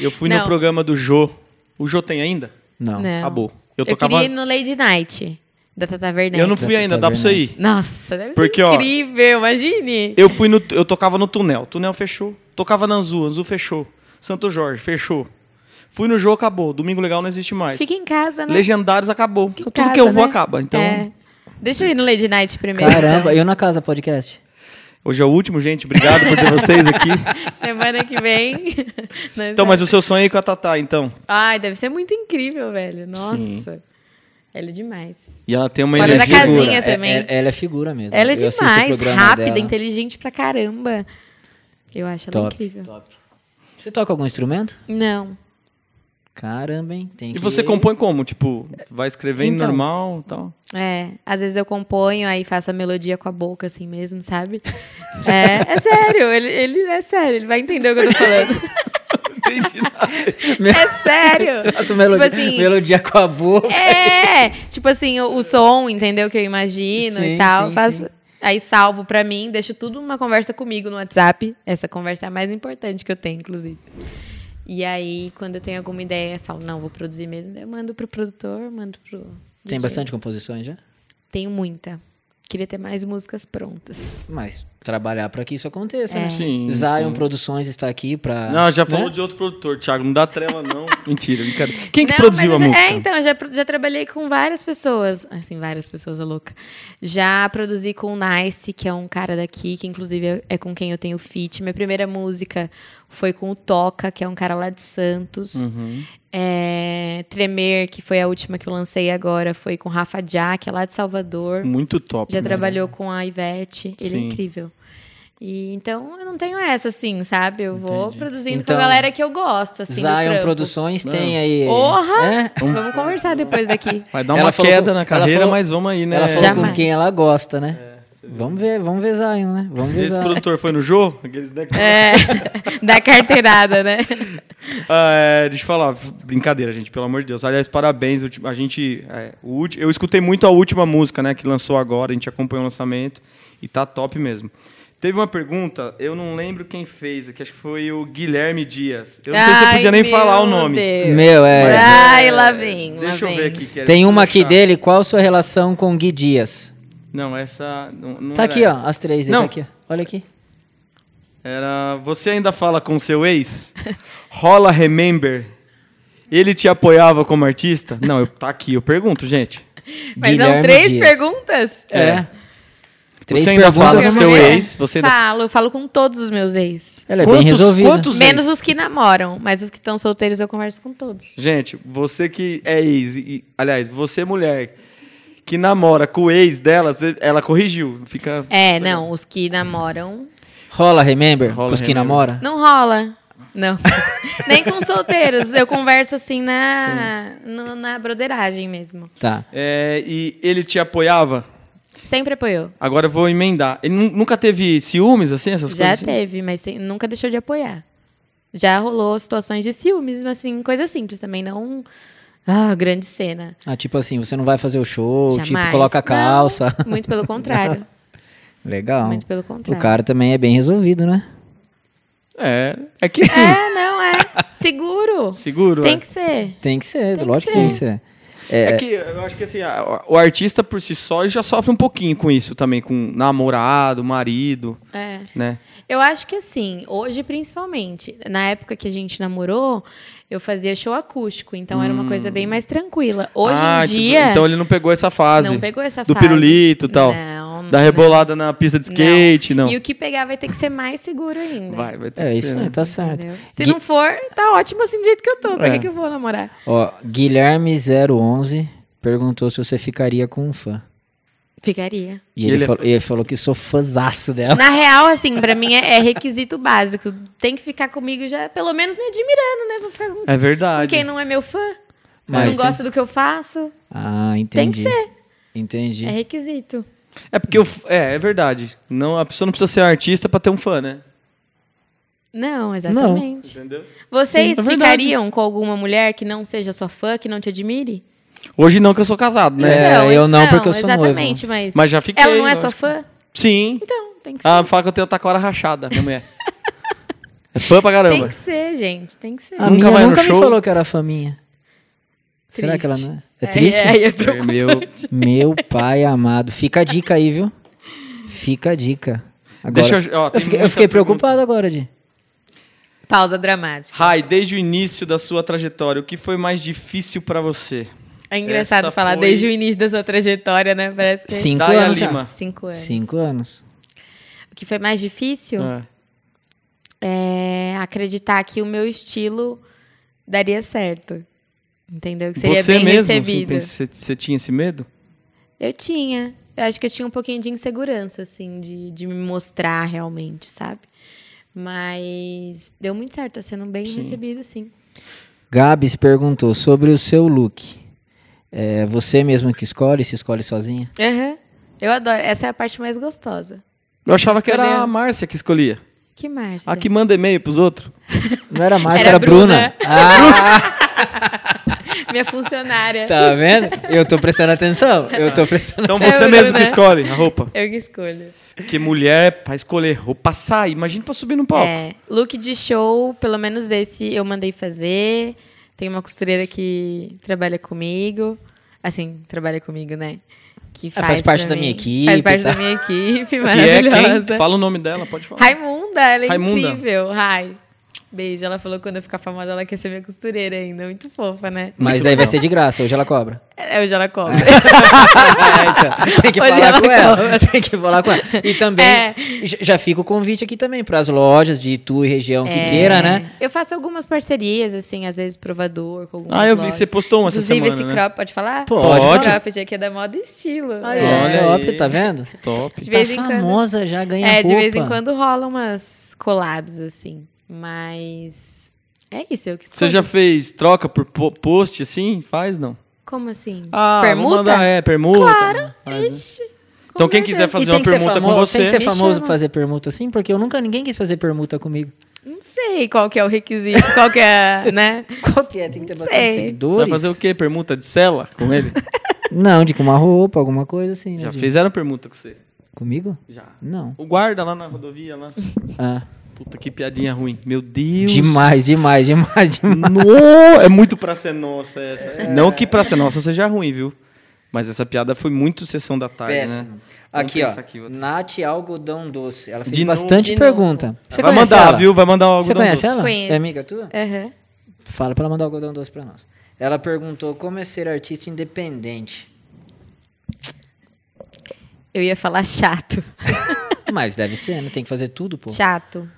[SPEAKER 2] Eu fui no
[SPEAKER 4] Não.
[SPEAKER 2] programa do Jô. O Jô tem ainda?
[SPEAKER 3] Não.
[SPEAKER 4] Não.
[SPEAKER 2] Acabou. Eu
[SPEAKER 4] Eu,
[SPEAKER 2] tocava.
[SPEAKER 4] queria ir no Lady Night, da Tata Werneck.
[SPEAKER 2] Eu não fui
[SPEAKER 3] Tá
[SPEAKER 2] ainda, dá pra você ir.
[SPEAKER 4] Nossa, deve
[SPEAKER 2] Porque,
[SPEAKER 4] ser
[SPEAKER 2] ó,
[SPEAKER 4] incrível, imagine.
[SPEAKER 2] Eu fui no. Eu tocava no Tunel. Tunel fechou. Tocava na Anzu. Anzu fechou. Santo Jorge fechou. Fui no Jô, acabou. Domingo Legal não existe mais.
[SPEAKER 4] Fica em casa, né?
[SPEAKER 2] Legendários acabou.
[SPEAKER 4] Fica em
[SPEAKER 2] Tudo que eu
[SPEAKER 4] casa,
[SPEAKER 2] vou
[SPEAKER 4] né?
[SPEAKER 2] acaba. Então.
[SPEAKER 4] É. Deixa eu ir no Lady Night primeiro.
[SPEAKER 3] Caramba, eu na casa podcast.
[SPEAKER 2] Hoje é o último, gente. Obrigado por ter vocês aqui.
[SPEAKER 4] Semana que vem. nós
[SPEAKER 2] Então, mas o seu sonho é ir com a Tatá, então.
[SPEAKER 4] Ai, deve ser muito incrível, velho. Nossa. Ela é demais.
[SPEAKER 2] E ela tem uma
[SPEAKER 4] Fora da
[SPEAKER 2] energia.
[SPEAKER 4] casinha
[SPEAKER 3] É-
[SPEAKER 4] também.
[SPEAKER 3] é- ela é figura mesmo.
[SPEAKER 4] Ela é
[SPEAKER 3] Eu assisto o
[SPEAKER 4] demais,
[SPEAKER 3] programa
[SPEAKER 4] rápida,
[SPEAKER 3] dela.
[SPEAKER 4] inteligente pra caramba. Eu acho ela
[SPEAKER 3] Top.
[SPEAKER 4] incrível.
[SPEAKER 3] Top. Você toca algum instrumento?
[SPEAKER 4] Não.
[SPEAKER 3] Caramba, hein? Tem
[SPEAKER 2] E
[SPEAKER 3] que-
[SPEAKER 2] você compõe como? Tipo, vai escrevendo
[SPEAKER 3] Então.
[SPEAKER 2] normal e tal?
[SPEAKER 4] É, às vezes eu componho, aí faço a melodia com a boca, assim mesmo, sabe? É, é sério, ele, ele é sério, ele vai entender o que eu tô falando.
[SPEAKER 2] Entendi nada.
[SPEAKER 4] É sério!
[SPEAKER 3] Você faz uma melodia,
[SPEAKER 4] assim-
[SPEAKER 3] melodia com a boca.
[SPEAKER 4] É! Tipo assim, o, o som, entendeu? Que eu imagino
[SPEAKER 3] Sim,
[SPEAKER 4] e tal.
[SPEAKER 3] sim,
[SPEAKER 4] faço,
[SPEAKER 3] sim.
[SPEAKER 4] Aí salvo pra mim, deixo tudo uma conversa comigo no WhatsApp. Essa conversa é a mais importante que eu tenho, inclusive. E aí, quando eu tenho alguma ideia, eu falo, não, vou produzir mesmo. daí Eu mando pro produtor, mando pro.
[SPEAKER 3] Tem
[SPEAKER 4] DJ.
[SPEAKER 3] bastante composições já?
[SPEAKER 4] Tenho muita. Queria ter mais músicas prontas.
[SPEAKER 3] Mas trabalhar pra que isso aconteça,
[SPEAKER 4] É.
[SPEAKER 3] né?
[SPEAKER 2] Sim.
[SPEAKER 3] Zion
[SPEAKER 2] sim.
[SPEAKER 3] Produções está aqui pra.
[SPEAKER 2] Não, já falou
[SPEAKER 3] né?
[SPEAKER 2] de outro produtor, Thiago. Não dá trela, não. Mentira, brincadeira. Quem que
[SPEAKER 4] Não,
[SPEAKER 2] produziu a
[SPEAKER 4] mas eu já-
[SPEAKER 2] música?
[SPEAKER 4] É, então, eu já, pro- já trabalhei com várias pessoas. Assim, várias pessoas, é louca. Já produzi com o Nice, que é um cara daqui, que inclusive é- é com quem eu tenho feat. Minha primeira música foi com o Toca, que é um cara lá de Santos.
[SPEAKER 2] Uhum.
[SPEAKER 4] É, Tremer, que foi a última que eu lancei agora, foi com o Rafa Já, que é lá de Salvador.
[SPEAKER 2] Muito top.
[SPEAKER 4] Já
[SPEAKER 2] né?
[SPEAKER 4] trabalhou com a Ivete. Ele é
[SPEAKER 2] Sim.
[SPEAKER 4] incrível. E, então, eu não tenho essa, assim, sabe? Eu vou
[SPEAKER 3] Entendi.
[SPEAKER 4] produzindo
[SPEAKER 3] Então,
[SPEAKER 4] com a galera que eu gosto, assim, do
[SPEAKER 3] Zion
[SPEAKER 4] trampo.
[SPEAKER 3] Produções tem
[SPEAKER 2] Não.
[SPEAKER 3] aí.
[SPEAKER 4] Porra!
[SPEAKER 2] É?
[SPEAKER 3] né?
[SPEAKER 4] Vamos conversar depois daqui.
[SPEAKER 2] Vai dar
[SPEAKER 3] Ela
[SPEAKER 2] uma
[SPEAKER 3] falou
[SPEAKER 2] queda
[SPEAKER 3] com-
[SPEAKER 2] na
[SPEAKER 3] ela
[SPEAKER 2] carreira,
[SPEAKER 3] falou-
[SPEAKER 2] mas vamos aí, né?
[SPEAKER 3] Ela falou com
[SPEAKER 4] Jamais.
[SPEAKER 3] quem ela gosta, né? vamos ver, vamos ver Zion, né? Vamos ver
[SPEAKER 2] Esse
[SPEAKER 3] Zion.
[SPEAKER 2] produtor foi no Jô? Aqueles, né?
[SPEAKER 4] É, da carteirada, né?
[SPEAKER 2] Ah, é, deixa eu falar, f- brincadeira, gente, pelo amor de Deus. Aliás, parabéns. ulti- A gente. é, o ulti- eu escutei muito a última música, né, que lançou agora, a gente acompanhou o lançamento e tá top mesmo. Teve uma pergunta, eu não lembro quem fez aqui, acho que foi o Guilherme Dias. Eu não sei se eu
[SPEAKER 4] Ai,
[SPEAKER 2] podia nem
[SPEAKER 4] meu
[SPEAKER 2] falar o nome.
[SPEAKER 4] Deus.
[SPEAKER 3] Meu,
[SPEAKER 2] Mas,
[SPEAKER 3] é.
[SPEAKER 4] Ai, lá vem, lá
[SPEAKER 2] Deixa eu
[SPEAKER 4] vem.
[SPEAKER 2] ver aqui. que era
[SPEAKER 3] Tem
[SPEAKER 2] preciso
[SPEAKER 3] uma aqui
[SPEAKER 2] achar.
[SPEAKER 3] dele, qual sua relação com Gui Dias?
[SPEAKER 2] Não, essa. Não, não
[SPEAKER 3] Tá
[SPEAKER 2] era
[SPEAKER 3] aqui, ó,
[SPEAKER 2] essa.
[SPEAKER 3] as três aí,
[SPEAKER 2] Não.
[SPEAKER 3] tá aqui. ó. Olha aqui.
[SPEAKER 2] Era. Você ainda fala com seu ex? Rola Remember. Ele te apoiava como artista? Não, eu, tá aqui, eu pergunto, gente.
[SPEAKER 4] Mas são
[SPEAKER 3] Guilherme
[SPEAKER 4] três
[SPEAKER 3] Dias.
[SPEAKER 4] perguntas?
[SPEAKER 3] É.
[SPEAKER 2] É.
[SPEAKER 3] Três
[SPEAKER 2] você ainda
[SPEAKER 3] perguntas
[SPEAKER 2] fala com
[SPEAKER 3] pra
[SPEAKER 2] seu
[SPEAKER 3] você.
[SPEAKER 2] ex? Você ainda
[SPEAKER 4] Falo, falo com todos os meus ex.
[SPEAKER 3] Ela é bem resolvida.
[SPEAKER 2] quantos
[SPEAKER 4] Menos
[SPEAKER 2] ex?
[SPEAKER 4] os que namoram, mas os que estão solteiros eu converso com todos.
[SPEAKER 2] Gente, você que é ex, e- aliás, você mulher que namora com o ex dela, você- ela corrigiu, fica...
[SPEAKER 4] É,
[SPEAKER 2] Isso aí.
[SPEAKER 4] não, os que namoram.
[SPEAKER 3] Rola Remember
[SPEAKER 2] Rola
[SPEAKER 3] com os que
[SPEAKER 2] Remember.
[SPEAKER 3] namoram?
[SPEAKER 4] Não rola. Não. Nem com solteiros. Eu converso assim na, no- na broderagem mesmo.
[SPEAKER 3] Tá.
[SPEAKER 2] É, e ele te apoiava?
[SPEAKER 4] Sempre apoiou.
[SPEAKER 2] Agora eu vou emendar. Ele nu- nunca teve ciúmes, assim, essas
[SPEAKER 4] Já
[SPEAKER 2] coisas? assim?
[SPEAKER 4] teve, mas sem- nunca deixou de apoiar. Já rolou situações de ciúmes, mas assim, coisa simples também, não ah, grande cena.
[SPEAKER 3] Ah, tipo assim, você não vai fazer o show, tipo,
[SPEAKER 4] Jamais.
[SPEAKER 3] coloca a
[SPEAKER 4] Não.
[SPEAKER 3] calça.
[SPEAKER 4] Muito pelo contrário.
[SPEAKER 3] Legal.
[SPEAKER 4] Muito pelo
[SPEAKER 3] O
[SPEAKER 4] contrário.
[SPEAKER 3] cara também é bem resolvido, né?
[SPEAKER 2] É, é que sim,
[SPEAKER 4] É, não, é. Seguro.
[SPEAKER 2] seguro.
[SPEAKER 4] Tem
[SPEAKER 2] é.
[SPEAKER 4] que ser.
[SPEAKER 3] Tem que ser,
[SPEAKER 4] Tem que
[SPEAKER 3] lógico que
[SPEAKER 4] ser.
[SPEAKER 3] tem que ser.
[SPEAKER 2] É que eu acho que assim, a- o artista por si só ele já sofre um pouquinho com isso também, com namorado, marido,
[SPEAKER 4] É.
[SPEAKER 2] né?
[SPEAKER 4] Eu acho que assim, hoje principalmente, na época que a gente namorou, eu fazia show acústico, então era uma coisa bem mais tranquila. Hoje
[SPEAKER 2] Hum. Ah,
[SPEAKER 4] em dia,
[SPEAKER 2] Então ele não pegou essa fase
[SPEAKER 4] não pegou essa
[SPEAKER 2] do
[SPEAKER 4] fase. É.
[SPEAKER 2] pirulito e tal.
[SPEAKER 4] Não,
[SPEAKER 2] Da rebolada na pista de skate, não.
[SPEAKER 4] Uhum. E o que pegar vai ter que ser mais seguro ainda.
[SPEAKER 2] Vai, vai ter
[SPEAKER 3] É
[SPEAKER 2] que
[SPEAKER 3] isso
[SPEAKER 2] ser,
[SPEAKER 3] aí,
[SPEAKER 2] né?
[SPEAKER 3] tá certo.
[SPEAKER 4] entendeu? Se
[SPEAKER 3] Gui-
[SPEAKER 4] não for, tá ótimo assim do jeito que eu tô. Pra
[SPEAKER 2] É.
[SPEAKER 4] que, que eu vou namorar?
[SPEAKER 3] Ó, Guilherme011 perguntou se você ficaria com um fã.
[SPEAKER 4] Ficaria.
[SPEAKER 3] E ele,
[SPEAKER 2] Ele é
[SPEAKER 3] falou, ele falou que sou fãzaço dela.
[SPEAKER 4] Na real, assim, pra mim é, é requisito básico. Tem que ficar comigo já, pelo menos me admirando, né? Vou ficar com
[SPEAKER 2] É verdade.
[SPEAKER 4] quem não é meu fã,
[SPEAKER 3] Mas-
[SPEAKER 4] não gosta do que eu faço.
[SPEAKER 3] Ah,
[SPEAKER 4] Tem
[SPEAKER 3] entendi.
[SPEAKER 4] que ser.
[SPEAKER 3] Entendi.
[SPEAKER 4] É requisito.
[SPEAKER 2] É porque eu. f- É, é verdade. Não, a pessoa não precisa ser artista pra ter um fã, né?
[SPEAKER 4] Não, exatamente.
[SPEAKER 2] Entendeu?
[SPEAKER 4] Vocês
[SPEAKER 2] Sim, é verdade.
[SPEAKER 4] ficariam com alguma mulher que não seja sua fã, que não te admire? então,
[SPEAKER 2] Hoje não, que eu sou casado, né?
[SPEAKER 3] É, eu não, porque eu sou noivo.
[SPEAKER 4] Exatamente, mas,
[SPEAKER 2] Mas já fiquei.
[SPEAKER 4] ela não é
[SPEAKER 2] eu
[SPEAKER 4] sua
[SPEAKER 2] acho.
[SPEAKER 4] fã?
[SPEAKER 2] Sim.
[SPEAKER 4] Então, tem que ser.
[SPEAKER 2] Ah, fala que eu tenho a taquara rachada, minha mulher. é fã pra
[SPEAKER 4] tem
[SPEAKER 2] caramba.
[SPEAKER 4] que ser, gente, tem que ser.
[SPEAKER 3] A
[SPEAKER 2] Nunca
[SPEAKER 3] minha
[SPEAKER 2] vai no
[SPEAKER 3] nunca me
[SPEAKER 2] show?
[SPEAKER 3] falou que era fã minha. Será
[SPEAKER 4] Triste.
[SPEAKER 3] que ela não é? É triste?
[SPEAKER 4] É, é, é
[SPEAKER 2] É
[SPEAKER 4] preocupante.
[SPEAKER 2] meu.
[SPEAKER 3] Meu pai amado. Fica a dica aí, viu? Fica a dica. Agora,
[SPEAKER 2] Deixa eu. Ó,
[SPEAKER 3] eu
[SPEAKER 2] tem
[SPEAKER 3] fiquei, eu
[SPEAKER 2] muita
[SPEAKER 3] fiquei
[SPEAKER 2] pergunta.
[SPEAKER 3] preocupado agora, Di.
[SPEAKER 4] Pausa dramática.
[SPEAKER 2] Rai, desde o início da sua trajetória, o que foi mais difícil pra você?
[SPEAKER 4] É engraçado
[SPEAKER 2] Essa
[SPEAKER 4] falar
[SPEAKER 2] foi-
[SPEAKER 4] desde o início da sua trajetória, né? Parece que
[SPEAKER 3] Cinco
[SPEAKER 2] Daia
[SPEAKER 3] anos. já.
[SPEAKER 2] Lima.
[SPEAKER 4] cinco anos.
[SPEAKER 3] Cinco anos.
[SPEAKER 4] O que foi mais difícil
[SPEAKER 2] É.
[SPEAKER 4] é acreditar que o meu estilo daria certo. Entendeu? Que seria
[SPEAKER 2] Você
[SPEAKER 4] bem
[SPEAKER 2] mesmo, você
[SPEAKER 4] recebido.
[SPEAKER 2] pensa- você, você tinha esse medo?
[SPEAKER 4] Eu tinha. Eu acho que eu tinha um pouquinho de insegurança, assim, de, de me mostrar realmente, sabe? Mas deu muito certo, tá sendo bem
[SPEAKER 2] Sim.
[SPEAKER 4] recebido, sim.
[SPEAKER 3] Gabs perguntou sobre o seu look. É, você mesmo que escolhe, se escolhe sozinha?
[SPEAKER 4] Aham. Eu adoro. Essa é a parte mais gostosa.
[SPEAKER 2] Eu achava que era
[SPEAKER 4] Escolheu.
[SPEAKER 2] a Márcia que escolhia.
[SPEAKER 4] Que Márcia.
[SPEAKER 2] A que manda e-mail pros outros.
[SPEAKER 3] Não era Márcia,
[SPEAKER 4] Era
[SPEAKER 3] era,
[SPEAKER 4] a Bruna.
[SPEAKER 3] Bruna. Ah,
[SPEAKER 4] Minha funcionária.
[SPEAKER 3] tá vendo? Eu tô prestando atenção. Eu tô prestando
[SPEAKER 2] Então
[SPEAKER 4] É,
[SPEAKER 2] você
[SPEAKER 4] eu,
[SPEAKER 2] mesmo que
[SPEAKER 4] né?
[SPEAKER 2] escolhe a roupa.
[SPEAKER 4] Eu que escolho.
[SPEAKER 2] Porque mulher, pra escolher roupa, pra sair. Imagina pra subir num palco.
[SPEAKER 4] É, look de show, pelo menos esse eu mandei fazer. Tem uma costureira que trabalha comigo. Assim, trabalha comigo, né? Que
[SPEAKER 3] É, faz
[SPEAKER 4] faz,
[SPEAKER 3] parte
[SPEAKER 4] pra
[SPEAKER 3] da
[SPEAKER 4] mim.
[SPEAKER 3] minha equipe tá?
[SPEAKER 4] Faz
[SPEAKER 3] e
[SPEAKER 4] parte
[SPEAKER 3] tal.
[SPEAKER 4] da minha equipe,
[SPEAKER 2] Que é
[SPEAKER 4] maravilhosa.
[SPEAKER 2] quem? Fala o nome dela, pode falar.
[SPEAKER 4] Raimunda, ela é
[SPEAKER 2] Raimunda.
[SPEAKER 4] incrível. Rai. Beijo. Ela falou que quando eu ficar famosa, ela quer ser minha costureira ainda. Muito fofa, né?
[SPEAKER 3] Mas
[SPEAKER 2] Muito
[SPEAKER 3] daí vai
[SPEAKER 2] legal.
[SPEAKER 3] ser de graça, hoje ela cobra.
[SPEAKER 4] É, hoje ela cobra.
[SPEAKER 3] É, então, tem que
[SPEAKER 4] Hoje
[SPEAKER 3] falar
[SPEAKER 4] ela
[SPEAKER 3] com ela.
[SPEAKER 4] cobra.
[SPEAKER 3] Tem que falar com ela. E também,
[SPEAKER 4] É.
[SPEAKER 3] j- já fica o convite aqui também para as lojas de Itu e região
[SPEAKER 4] É.
[SPEAKER 3] que queira, né?
[SPEAKER 4] Eu faço algumas parcerias, assim, às vezes provador com algumas
[SPEAKER 2] Ah, eu vi que
[SPEAKER 4] lojas.
[SPEAKER 2] você postou uma essa
[SPEAKER 4] Inclusive,
[SPEAKER 2] semana,
[SPEAKER 4] esse
[SPEAKER 2] né? Ah,
[SPEAKER 4] crop, pode falar?
[SPEAKER 3] Pode.
[SPEAKER 4] Esse crop de aqui é da moda e estilo.
[SPEAKER 2] ó.
[SPEAKER 4] é.
[SPEAKER 2] Olha
[SPEAKER 3] top,
[SPEAKER 2] aí.
[SPEAKER 3] tá vendo?
[SPEAKER 2] Top.
[SPEAKER 4] De vez
[SPEAKER 3] tá
[SPEAKER 4] em quando.
[SPEAKER 3] famosa, já ganha
[SPEAKER 4] É,
[SPEAKER 3] roupa.
[SPEAKER 4] de vez em quando rolam umas collabs, assim. Mas é isso, eu que escolho.
[SPEAKER 2] Você já fez troca por po- post assim? Faz não?
[SPEAKER 4] Como assim?
[SPEAKER 2] Ah, vou
[SPEAKER 4] Permuta?
[SPEAKER 2] mandar, é, permuta. né? Claro.
[SPEAKER 4] Ixi,
[SPEAKER 2] Então quem
[SPEAKER 4] com
[SPEAKER 2] quiser
[SPEAKER 4] certeza.
[SPEAKER 2] fazer
[SPEAKER 3] e tem
[SPEAKER 2] uma
[SPEAKER 3] que ser
[SPEAKER 2] permuta com
[SPEAKER 3] famoso-
[SPEAKER 2] você.
[SPEAKER 3] Tem que ser
[SPEAKER 4] Me
[SPEAKER 3] famoso
[SPEAKER 4] chama.
[SPEAKER 3] pra fazer permuta assim, porque eu nunca ninguém quis fazer permuta comigo.
[SPEAKER 4] Não sei qual que é o requisito, qual que é, né?
[SPEAKER 3] Qual que é? Tem que ter bastante
[SPEAKER 4] Sei.
[SPEAKER 2] Vai
[SPEAKER 3] seguidores.
[SPEAKER 2] fazer o quê? Permuta de cela com ele?
[SPEAKER 3] Não, de com uma roupa, alguma coisa assim. né,
[SPEAKER 2] Já
[SPEAKER 3] de-
[SPEAKER 2] fizeram permuta com você?
[SPEAKER 3] Comigo?
[SPEAKER 2] Já.
[SPEAKER 3] Não.
[SPEAKER 2] O guarda lá na rodovia lá.
[SPEAKER 3] Ah,
[SPEAKER 2] Puta que piadinha ruim. Meu Deus. né?
[SPEAKER 3] demais, demais, demais, demais.
[SPEAKER 2] No... É muito pra ser nossa essa. É. Não que pra ser nossa seja ruim, viu? Mas essa piada foi muito sessão da tarde, né?
[SPEAKER 3] Péssimo.
[SPEAKER 2] Vamos
[SPEAKER 3] Aqui, ó.
[SPEAKER 2] pensar aqui, outra.
[SPEAKER 3] Nath Algodão Doce. Ela fez
[SPEAKER 2] De novo.
[SPEAKER 3] bastante
[SPEAKER 4] De
[SPEAKER 3] pergunta.
[SPEAKER 4] novo.
[SPEAKER 3] Você
[SPEAKER 2] Vai
[SPEAKER 3] conhece
[SPEAKER 2] mandar,
[SPEAKER 3] ela?
[SPEAKER 2] viu? Vai mandar o
[SPEAKER 3] Você
[SPEAKER 2] algodão
[SPEAKER 3] conhece
[SPEAKER 2] doce.
[SPEAKER 3] ela?
[SPEAKER 4] Conheço.
[SPEAKER 3] É amiga tua?
[SPEAKER 4] Aham.
[SPEAKER 3] Fala pra ela mandar algodão doce pra nós. Ela perguntou como é ser artista independente.
[SPEAKER 4] Eu ia falar chato.
[SPEAKER 3] Mas deve ser, né? Tem que fazer tudo, pô.
[SPEAKER 4] Chato.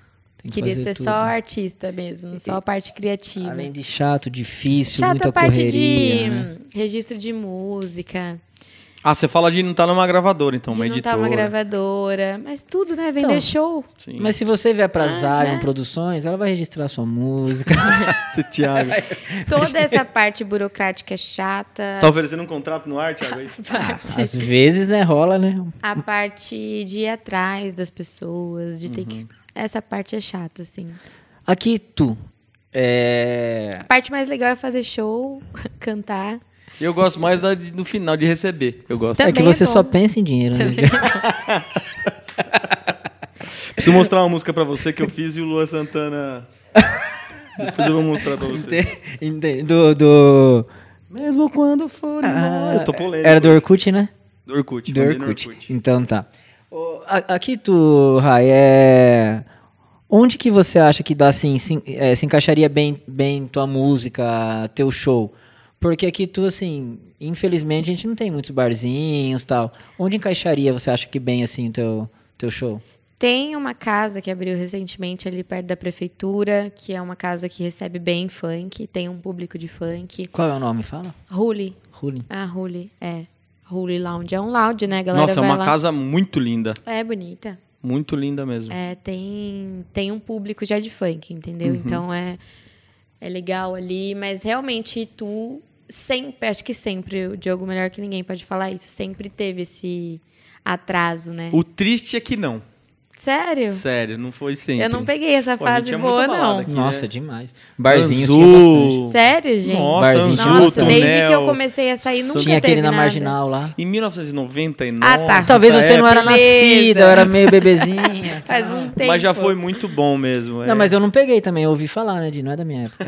[SPEAKER 3] Tem que
[SPEAKER 4] Queria
[SPEAKER 3] fazer
[SPEAKER 4] ser
[SPEAKER 3] tudo.
[SPEAKER 4] só artista mesmo, só a parte criativa.
[SPEAKER 3] Além de chato, difícil,
[SPEAKER 4] Chato
[SPEAKER 3] muita
[SPEAKER 4] a parte
[SPEAKER 3] correria.
[SPEAKER 4] de
[SPEAKER 3] né?
[SPEAKER 4] hum, registro de música,
[SPEAKER 2] Ah, você fala de não estar numa gravadora, então,
[SPEAKER 4] de
[SPEAKER 2] uma
[SPEAKER 3] tá
[SPEAKER 4] não estar
[SPEAKER 2] editora.
[SPEAKER 4] uma gravadora, mas tudo, né? Vender
[SPEAKER 3] Então.
[SPEAKER 4] show.
[SPEAKER 2] Sim.
[SPEAKER 3] Mas se você vier pra
[SPEAKER 4] Ah,
[SPEAKER 3] Zion
[SPEAKER 4] né?
[SPEAKER 3] Produções, ela vai registrar sua música.
[SPEAKER 2] Você, Thiago.
[SPEAKER 3] É.
[SPEAKER 4] Toda essa parte burocrática é chata.
[SPEAKER 2] Você tá oferecendo um contrato no ar, Thiago? é isso?
[SPEAKER 4] A parte,
[SPEAKER 3] Às vezes, né? Rola, né?
[SPEAKER 4] a parte de ir atrás das pessoas, de ter
[SPEAKER 2] Uhum.
[SPEAKER 4] que. Essa parte é chata, assim.
[SPEAKER 3] Aqui, tu. É...
[SPEAKER 4] A parte mais legal é fazer show, cantar.
[SPEAKER 2] Eu gosto mais da de- no final, de receber. Eu gosto.
[SPEAKER 3] É que
[SPEAKER 4] Também é
[SPEAKER 3] você só
[SPEAKER 4] bom. é
[SPEAKER 3] pensa em dinheiro, né?
[SPEAKER 2] Preciso mostrar uma música pra você que eu fiz e o Luan Santana... Depois eu vou mostrar pra você.
[SPEAKER 3] Ente- ente- Do, do...
[SPEAKER 2] Mesmo quando for embora.
[SPEAKER 3] Ah,
[SPEAKER 2] Eu tô polêmico.
[SPEAKER 3] Era do Orkut, né?
[SPEAKER 2] Do
[SPEAKER 4] Tipo,
[SPEAKER 2] Orkut.
[SPEAKER 4] um
[SPEAKER 3] Do
[SPEAKER 2] mandei no
[SPEAKER 3] Orkut.
[SPEAKER 2] Orkut.
[SPEAKER 3] Então tá. Ô, a- Aqui tu, Rai, é... Onde que você acha que dá assim, se, é, se encaixaria bem, bem tua música, teu show? Porque aqui tu, assim, infelizmente a gente não tem muitos barzinhos e tal. Onde encaixaria, você acha que bem, assim, teu, teu show?
[SPEAKER 4] Tem uma casa que abriu recentemente ali perto da prefeitura, que é uma casa que recebe bem funk, tem um público de funk.
[SPEAKER 3] Qual é o nome? Fala.
[SPEAKER 4] Ruli.
[SPEAKER 3] Ruling.
[SPEAKER 4] Ah, Ruli, é. Ruli Lounge. É um lounge, né, galera?
[SPEAKER 2] Nossa, é
[SPEAKER 4] vai
[SPEAKER 2] uma
[SPEAKER 4] lá.
[SPEAKER 2] casa muito linda.
[SPEAKER 4] É bonita.
[SPEAKER 2] Muito linda mesmo.
[SPEAKER 4] É, tem, tem um público já de funk, entendeu?
[SPEAKER 2] Uhum.
[SPEAKER 4] Então é, é legal ali, mas realmente tu sempre, acho que sempre, o Diogo melhor que ninguém pode falar isso, sempre teve esse atraso, né?
[SPEAKER 2] O triste é que não.
[SPEAKER 4] Sério?
[SPEAKER 2] Sério, não foi sempre.
[SPEAKER 4] Eu não peguei essa
[SPEAKER 2] Pô, a gente
[SPEAKER 4] fase
[SPEAKER 2] é muito
[SPEAKER 4] boa,
[SPEAKER 2] abalado
[SPEAKER 4] não.
[SPEAKER 2] aqui, né?
[SPEAKER 3] Nossa, demais. Barzinhos
[SPEAKER 2] Anzu.
[SPEAKER 3] tinha bastante.
[SPEAKER 4] Sério, gente?
[SPEAKER 2] Nossa,
[SPEAKER 3] Barzinho.
[SPEAKER 2] Anzu,
[SPEAKER 4] Nossa,
[SPEAKER 3] Junto,
[SPEAKER 4] desde
[SPEAKER 2] Tunel.
[SPEAKER 4] que eu comecei a sair, nunca
[SPEAKER 3] Tinha aquele
[SPEAKER 4] teve
[SPEAKER 3] na
[SPEAKER 4] nada.
[SPEAKER 3] Marginal lá.
[SPEAKER 2] Em 1999.
[SPEAKER 4] Ah, tá.
[SPEAKER 2] nessa
[SPEAKER 3] Talvez você
[SPEAKER 2] é
[SPEAKER 3] não era
[SPEAKER 4] época.
[SPEAKER 3] nascida,
[SPEAKER 4] Beleza.
[SPEAKER 3] eu era meio bebezinha. tá?
[SPEAKER 4] Faz um tempo.
[SPEAKER 2] Mas já foi muito bom mesmo. é.
[SPEAKER 3] Não, mas eu não peguei também, eu ouvi falar, né, de não é da minha época.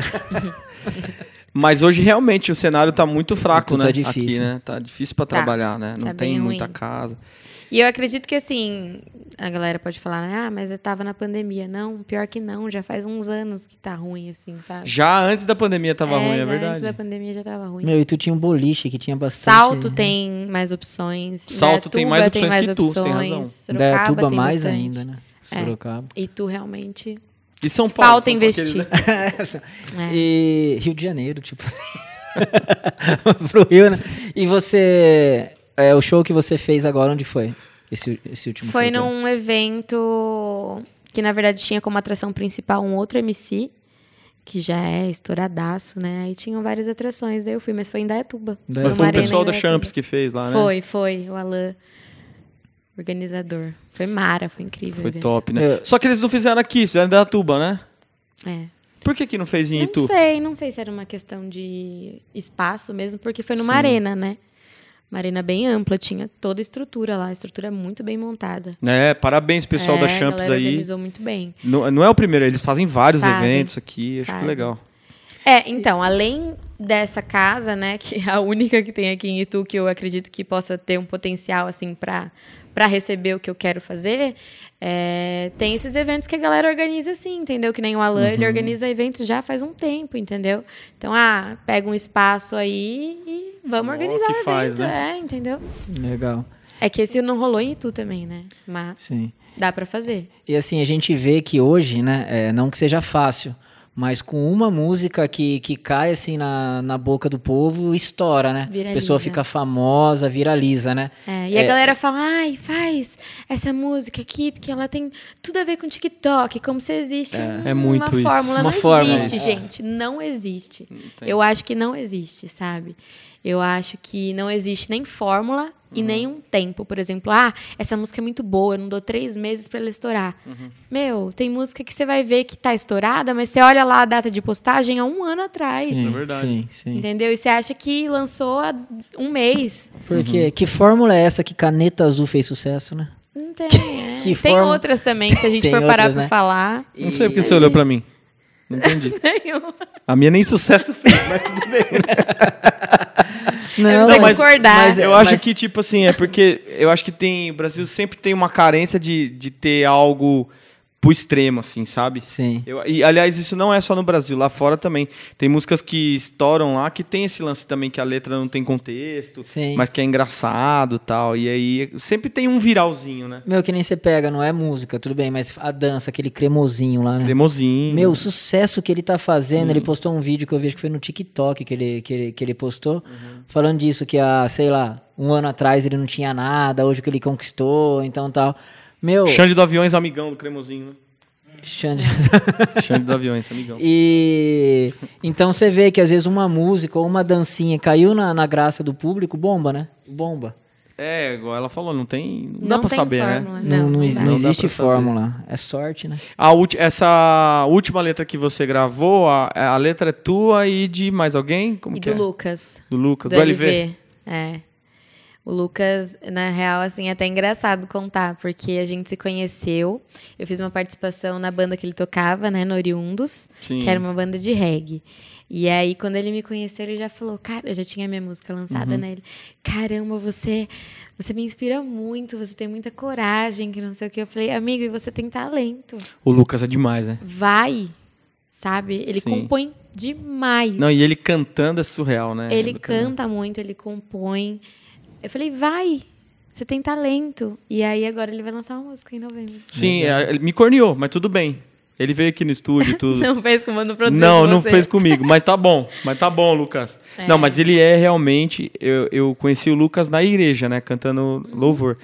[SPEAKER 2] Mas hoje realmente o cenário tá muito fraco,
[SPEAKER 3] Tudo
[SPEAKER 2] né?
[SPEAKER 3] tá difícil.
[SPEAKER 2] Aqui, né? Tá difícil pra
[SPEAKER 4] Tá.
[SPEAKER 2] trabalhar, né? Não
[SPEAKER 4] Tá
[SPEAKER 2] tem
[SPEAKER 4] bem
[SPEAKER 2] muita
[SPEAKER 4] ruim.
[SPEAKER 2] casa.
[SPEAKER 4] E eu acredito que, assim, a galera pode falar, né, ah, mas eu tava na pandemia. Não, pior que não, já faz uns anos que tá ruim, assim, sabe?
[SPEAKER 2] Já antes da pandemia tava
[SPEAKER 4] é,
[SPEAKER 2] ruim,
[SPEAKER 4] já
[SPEAKER 2] é
[SPEAKER 4] Antes
[SPEAKER 2] verdade.
[SPEAKER 4] da pandemia já tava ruim.
[SPEAKER 3] Meu, e tu tinha um boliche que tinha bastante.
[SPEAKER 4] Salto tem mais opções. né?
[SPEAKER 2] Salto tem mais
[SPEAKER 4] Indaiatuba
[SPEAKER 2] opções que tu, você tem razão.
[SPEAKER 4] Sorocaba
[SPEAKER 2] É,
[SPEAKER 3] Tuba
[SPEAKER 4] tem
[SPEAKER 3] mais
[SPEAKER 4] bastante.
[SPEAKER 3] ainda, né?
[SPEAKER 4] É.
[SPEAKER 3] Sorocaba.
[SPEAKER 4] E tu realmente.
[SPEAKER 2] E São Paulo.
[SPEAKER 4] Falta
[SPEAKER 2] são
[SPEAKER 4] investir.
[SPEAKER 2] aqueles, né?
[SPEAKER 4] É.
[SPEAKER 3] assim, E Rio de Janeiro, tipo. Pro Rio, né? E você. É, o show que você fez agora, onde foi? Esse, esse último
[SPEAKER 4] Foi
[SPEAKER 3] show teu?
[SPEAKER 4] num evento que, na verdade, tinha como atração principal um outro MC, que já é estouradaço, né? Aí tinham várias atrações, daí eu fui, mas foi em Dayatuba.
[SPEAKER 3] Indaiatuba.
[SPEAKER 2] Mas
[SPEAKER 3] Numa
[SPEAKER 2] foi o
[SPEAKER 3] arena
[SPEAKER 2] pessoal da Champs que fez lá, né?
[SPEAKER 4] Foi, foi, o Alan, organizador. Foi Mara, foi incrível. o
[SPEAKER 2] Foi
[SPEAKER 4] evento.
[SPEAKER 2] top, né?
[SPEAKER 3] Eu-
[SPEAKER 2] Só que eles não fizeram aqui, eles fizeram da Tuba, né?
[SPEAKER 4] É.
[SPEAKER 2] Por que que não fez em Itu?
[SPEAKER 4] Não sei, não sei se era uma questão de espaço mesmo, porque foi numa
[SPEAKER 2] Sim.
[SPEAKER 4] arena, né? Uma arena bem ampla, tinha toda a estrutura lá, a estrutura é muito bem montada.
[SPEAKER 2] É, parabéns pessoal
[SPEAKER 4] é,
[SPEAKER 2] da
[SPEAKER 4] a
[SPEAKER 2] Champs
[SPEAKER 4] galera
[SPEAKER 2] aí.
[SPEAKER 4] organizou muito bem.
[SPEAKER 2] Não, não é o primeiro, eles fazem vários
[SPEAKER 4] Fazem.
[SPEAKER 2] eventos aqui, acho que
[SPEAKER 4] Fazem.
[SPEAKER 2] legal.
[SPEAKER 4] É, então, além dessa casa, né, que é a única que tem aqui em Itu que eu acredito que possa ter um potencial assim para para receber o que eu quero fazer, é, tem esses eventos que a galera organiza assim, entendeu? Que nem o Alan,
[SPEAKER 2] Uhum.
[SPEAKER 4] ele organiza eventos já faz um tempo, entendeu? Então, ah, pega um espaço aí e vamos
[SPEAKER 2] Ó,
[SPEAKER 4] organizar
[SPEAKER 2] que
[SPEAKER 4] o evento,
[SPEAKER 2] faz, né?
[SPEAKER 4] é, entendeu?
[SPEAKER 3] Legal.
[SPEAKER 4] É que esse não rolou em Itu também, né? Mas
[SPEAKER 3] Sim.
[SPEAKER 4] dá para fazer.
[SPEAKER 3] E assim, a gente vê que hoje, né, é, não que seja fácil, mas com uma música que, que cai assim na, na boca do povo, estoura, né? A
[SPEAKER 4] Viraliza.
[SPEAKER 3] pessoa fica famosa, viraliza, né?
[SPEAKER 4] É, e a galera fala, ai, faz essa música aqui, porque ela tem tudo a ver com TikTok, como se existe um-
[SPEAKER 2] é muito
[SPEAKER 4] uma
[SPEAKER 2] isso.
[SPEAKER 4] fórmula.
[SPEAKER 3] Uma
[SPEAKER 4] não
[SPEAKER 3] fórmula.
[SPEAKER 4] existe,
[SPEAKER 3] É.
[SPEAKER 4] gente. Não existe.
[SPEAKER 2] tem.
[SPEAKER 4] Eu acho que não existe, sabe? Eu acho que não existe nem fórmula e nem um tempo. Por exemplo, ah, essa música é muito boa, eu não dou três meses pra ela estourar. Meu, tem música que você vai ver que tá estourada, mas você olha lá a data de postagem há um ano atrás.
[SPEAKER 3] Sim,
[SPEAKER 2] É verdade.
[SPEAKER 3] Sim, sim.
[SPEAKER 4] Entendeu? E você acha que lançou há um mês.
[SPEAKER 3] Porque
[SPEAKER 2] Uhum.
[SPEAKER 3] que fórmula é essa que Caneta Azul fez sucesso, né?
[SPEAKER 4] Não tem. é.
[SPEAKER 3] que
[SPEAKER 4] tem
[SPEAKER 3] forma-
[SPEAKER 4] outras também, se a gente
[SPEAKER 3] Tem
[SPEAKER 4] for parar
[SPEAKER 3] outras,
[SPEAKER 4] pra
[SPEAKER 3] né?
[SPEAKER 4] falar.
[SPEAKER 2] Não sei porque
[SPEAKER 3] E- é
[SPEAKER 2] você olhou pra mim. Não entendi.
[SPEAKER 3] um-
[SPEAKER 2] A minha nem sucesso fez, mas tudo bem.
[SPEAKER 4] Eu
[SPEAKER 2] Não,
[SPEAKER 4] preciso
[SPEAKER 2] mas-
[SPEAKER 4] concordar.
[SPEAKER 3] mas
[SPEAKER 2] Eu
[SPEAKER 3] É,
[SPEAKER 2] acho que, tipo assim, é porque eu acho que tem. O Brasil sempre tem uma carência de, de ter algo pro extremo, assim, sabe?
[SPEAKER 3] Sim.
[SPEAKER 2] Eu- e, aliás, isso não é só no Brasil, lá fora também. Tem músicas que estouram lá que tem esse lance também, que a letra não tem contexto,
[SPEAKER 3] Sim.
[SPEAKER 2] mas que é engraçado e tal. E aí sempre tem um viralzinho, né?
[SPEAKER 3] Meu, que nem você pega, não é música, tudo bem, mas a dança, aquele cremosinho lá, né?
[SPEAKER 2] Cremosinho.
[SPEAKER 3] Meu, o sucesso que ele tá fazendo, ele postou um vídeo que eu vejo que foi no TikTok que ele, que ele, que ele postou,
[SPEAKER 2] Uhum.
[SPEAKER 3] falando disso, que há, sei lá, um ano atrás ele não tinha nada, hoje que ele conquistou, então tal. Meu,
[SPEAKER 2] Xande do Aviões, amigão do Cremosinho, né?
[SPEAKER 3] Xande.
[SPEAKER 2] Xande do Aviões, amigão.
[SPEAKER 3] e então você vê que às vezes uma música ou uma dancinha caiu na, na graça do público, bomba, né? Bomba.
[SPEAKER 2] É, igual ela falou, não tem. Não, dá pra
[SPEAKER 4] tem
[SPEAKER 2] saber, né?
[SPEAKER 4] fórmula.
[SPEAKER 3] Não, não,
[SPEAKER 4] não
[SPEAKER 3] ex-
[SPEAKER 4] dá.
[SPEAKER 3] não
[SPEAKER 2] Não dá pra
[SPEAKER 3] existe
[SPEAKER 2] saber.
[SPEAKER 3] fórmula. É sorte, né?
[SPEAKER 2] A ulti- essa última letra que você gravou, a, a letra é tua e de mais alguém? Como
[SPEAKER 4] E
[SPEAKER 2] que
[SPEAKER 4] do
[SPEAKER 2] é?
[SPEAKER 4] Lucas.
[SPEAKER 2] do Lucas,
[SPEAKER 4] Do,
[SPEAKER 2] do, LV.
[SPEAKER 4] LV. É. O Lucas, na real, assim, é até engraçado contar, porque a gente se conheceu. Eu fiz uma participação na banda que ele tocava, né, no Oriundos.
[SPEAKER 2] Sim.
[SPEAKER 4] que era uma banda de reggae. E aí, quando ele me conheceu, ele já falou, cara, eu já tinha minha música lançada,
[SPEAKER 2] Uhum.
[SPEAKER 4] né? Ele, caramba, você, você me inspira muito, você tem muita coragem, que não sei o que. Eu falei, amigo, e você tem talento.
[SPEAKER 2] O Lucas é demais, né?
[SPEAKER 4] Vai, sabe? Ele
[SPEAKER 2] Sim.
[SPEAKER 4] compõe demais.
[SPEAKER 2] Não, e ele cantando é surreal, né? Lucas,
[SPEAKER 4] ele
[SPEAKER 2] né?
[SPEAKER 4] canta muito, ele compõe. Eu falei, vai, você tem talento. E aí, agora ele vai lançar uma música em novembro.
[SPEAKER 2] Sim, é, ele me corneou, mas tudo bem. Ele veio aqui no estúdio e tudo.
[SPEAKER 4] Não fez como eu não produzi
[SPEAKER 2] Não,
[SPEAKER 4] com
[SPEAKER 2] não
[SPEAKER 4] você.
[SPEAKER 2] fez comigo, mas tá bom, mas tá bom, Lucas.
[SPEAKER 4] É.
[SPEAKER 2] Não, mas ele é realmente. Eu, eu conheci o Lucas na igreja, né?
[SPEAKER 4] Uhum.
[SPEAKER 2] Cantando louvor.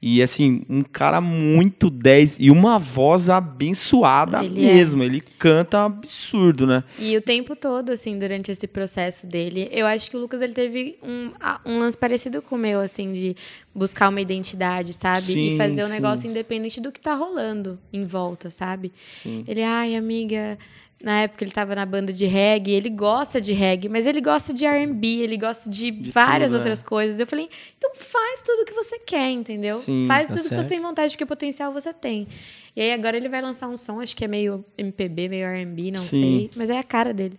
[SPEAKER 2] E assim, um cara muito 10 e uma voz abençoada
[SPEAKER 4] Ele é.
[SPEAKER 2] mesmo. Ele canta absurdo, né?
[SPEAKER 4] E o tempo todo, assim, durante esse processo dele, eu acho que o Lucas ele teve um, a- um lance parecido com o meu, assim, de buscar uma identidade, sabe?
[SPEAKER 2] Sim,
[SPEAKER 4] e fazer um
[SPEAKER 2] sim.
[SPEAKER 4] negócio independente do que tá rolando em volta, sabe?
[SPEAKER 2] Sim.
[SPEAKER 4] Ele, ai, amiga, na época ele tava na banda de reggae, ele gosta de reggae, mas ele gosta de R&B, ele gosta de,
[SPEAKER 2] De
[SPEAKER 4] várias
[SPEAKER 2] tudo, né?
[SPEAKER 4] outras coisas. Eu falei, então faz tudo o que você quer, entendeu?
[SPEAKER 2] Sim,
[SPEAKER 4] Faz
[SPEAKER 3] tá
[SPEAKER 4] tudo que
[SPEAKER 3] certo.
[SPEAKER 4] você tem vontade, porque potencial você tem. E aí agora ele vai lançar um som, acho que é meio MPB, meio R&B, não
[SPEAKER 2] Sim.
[SPEAKER 4] sei. Mas é a cara dele.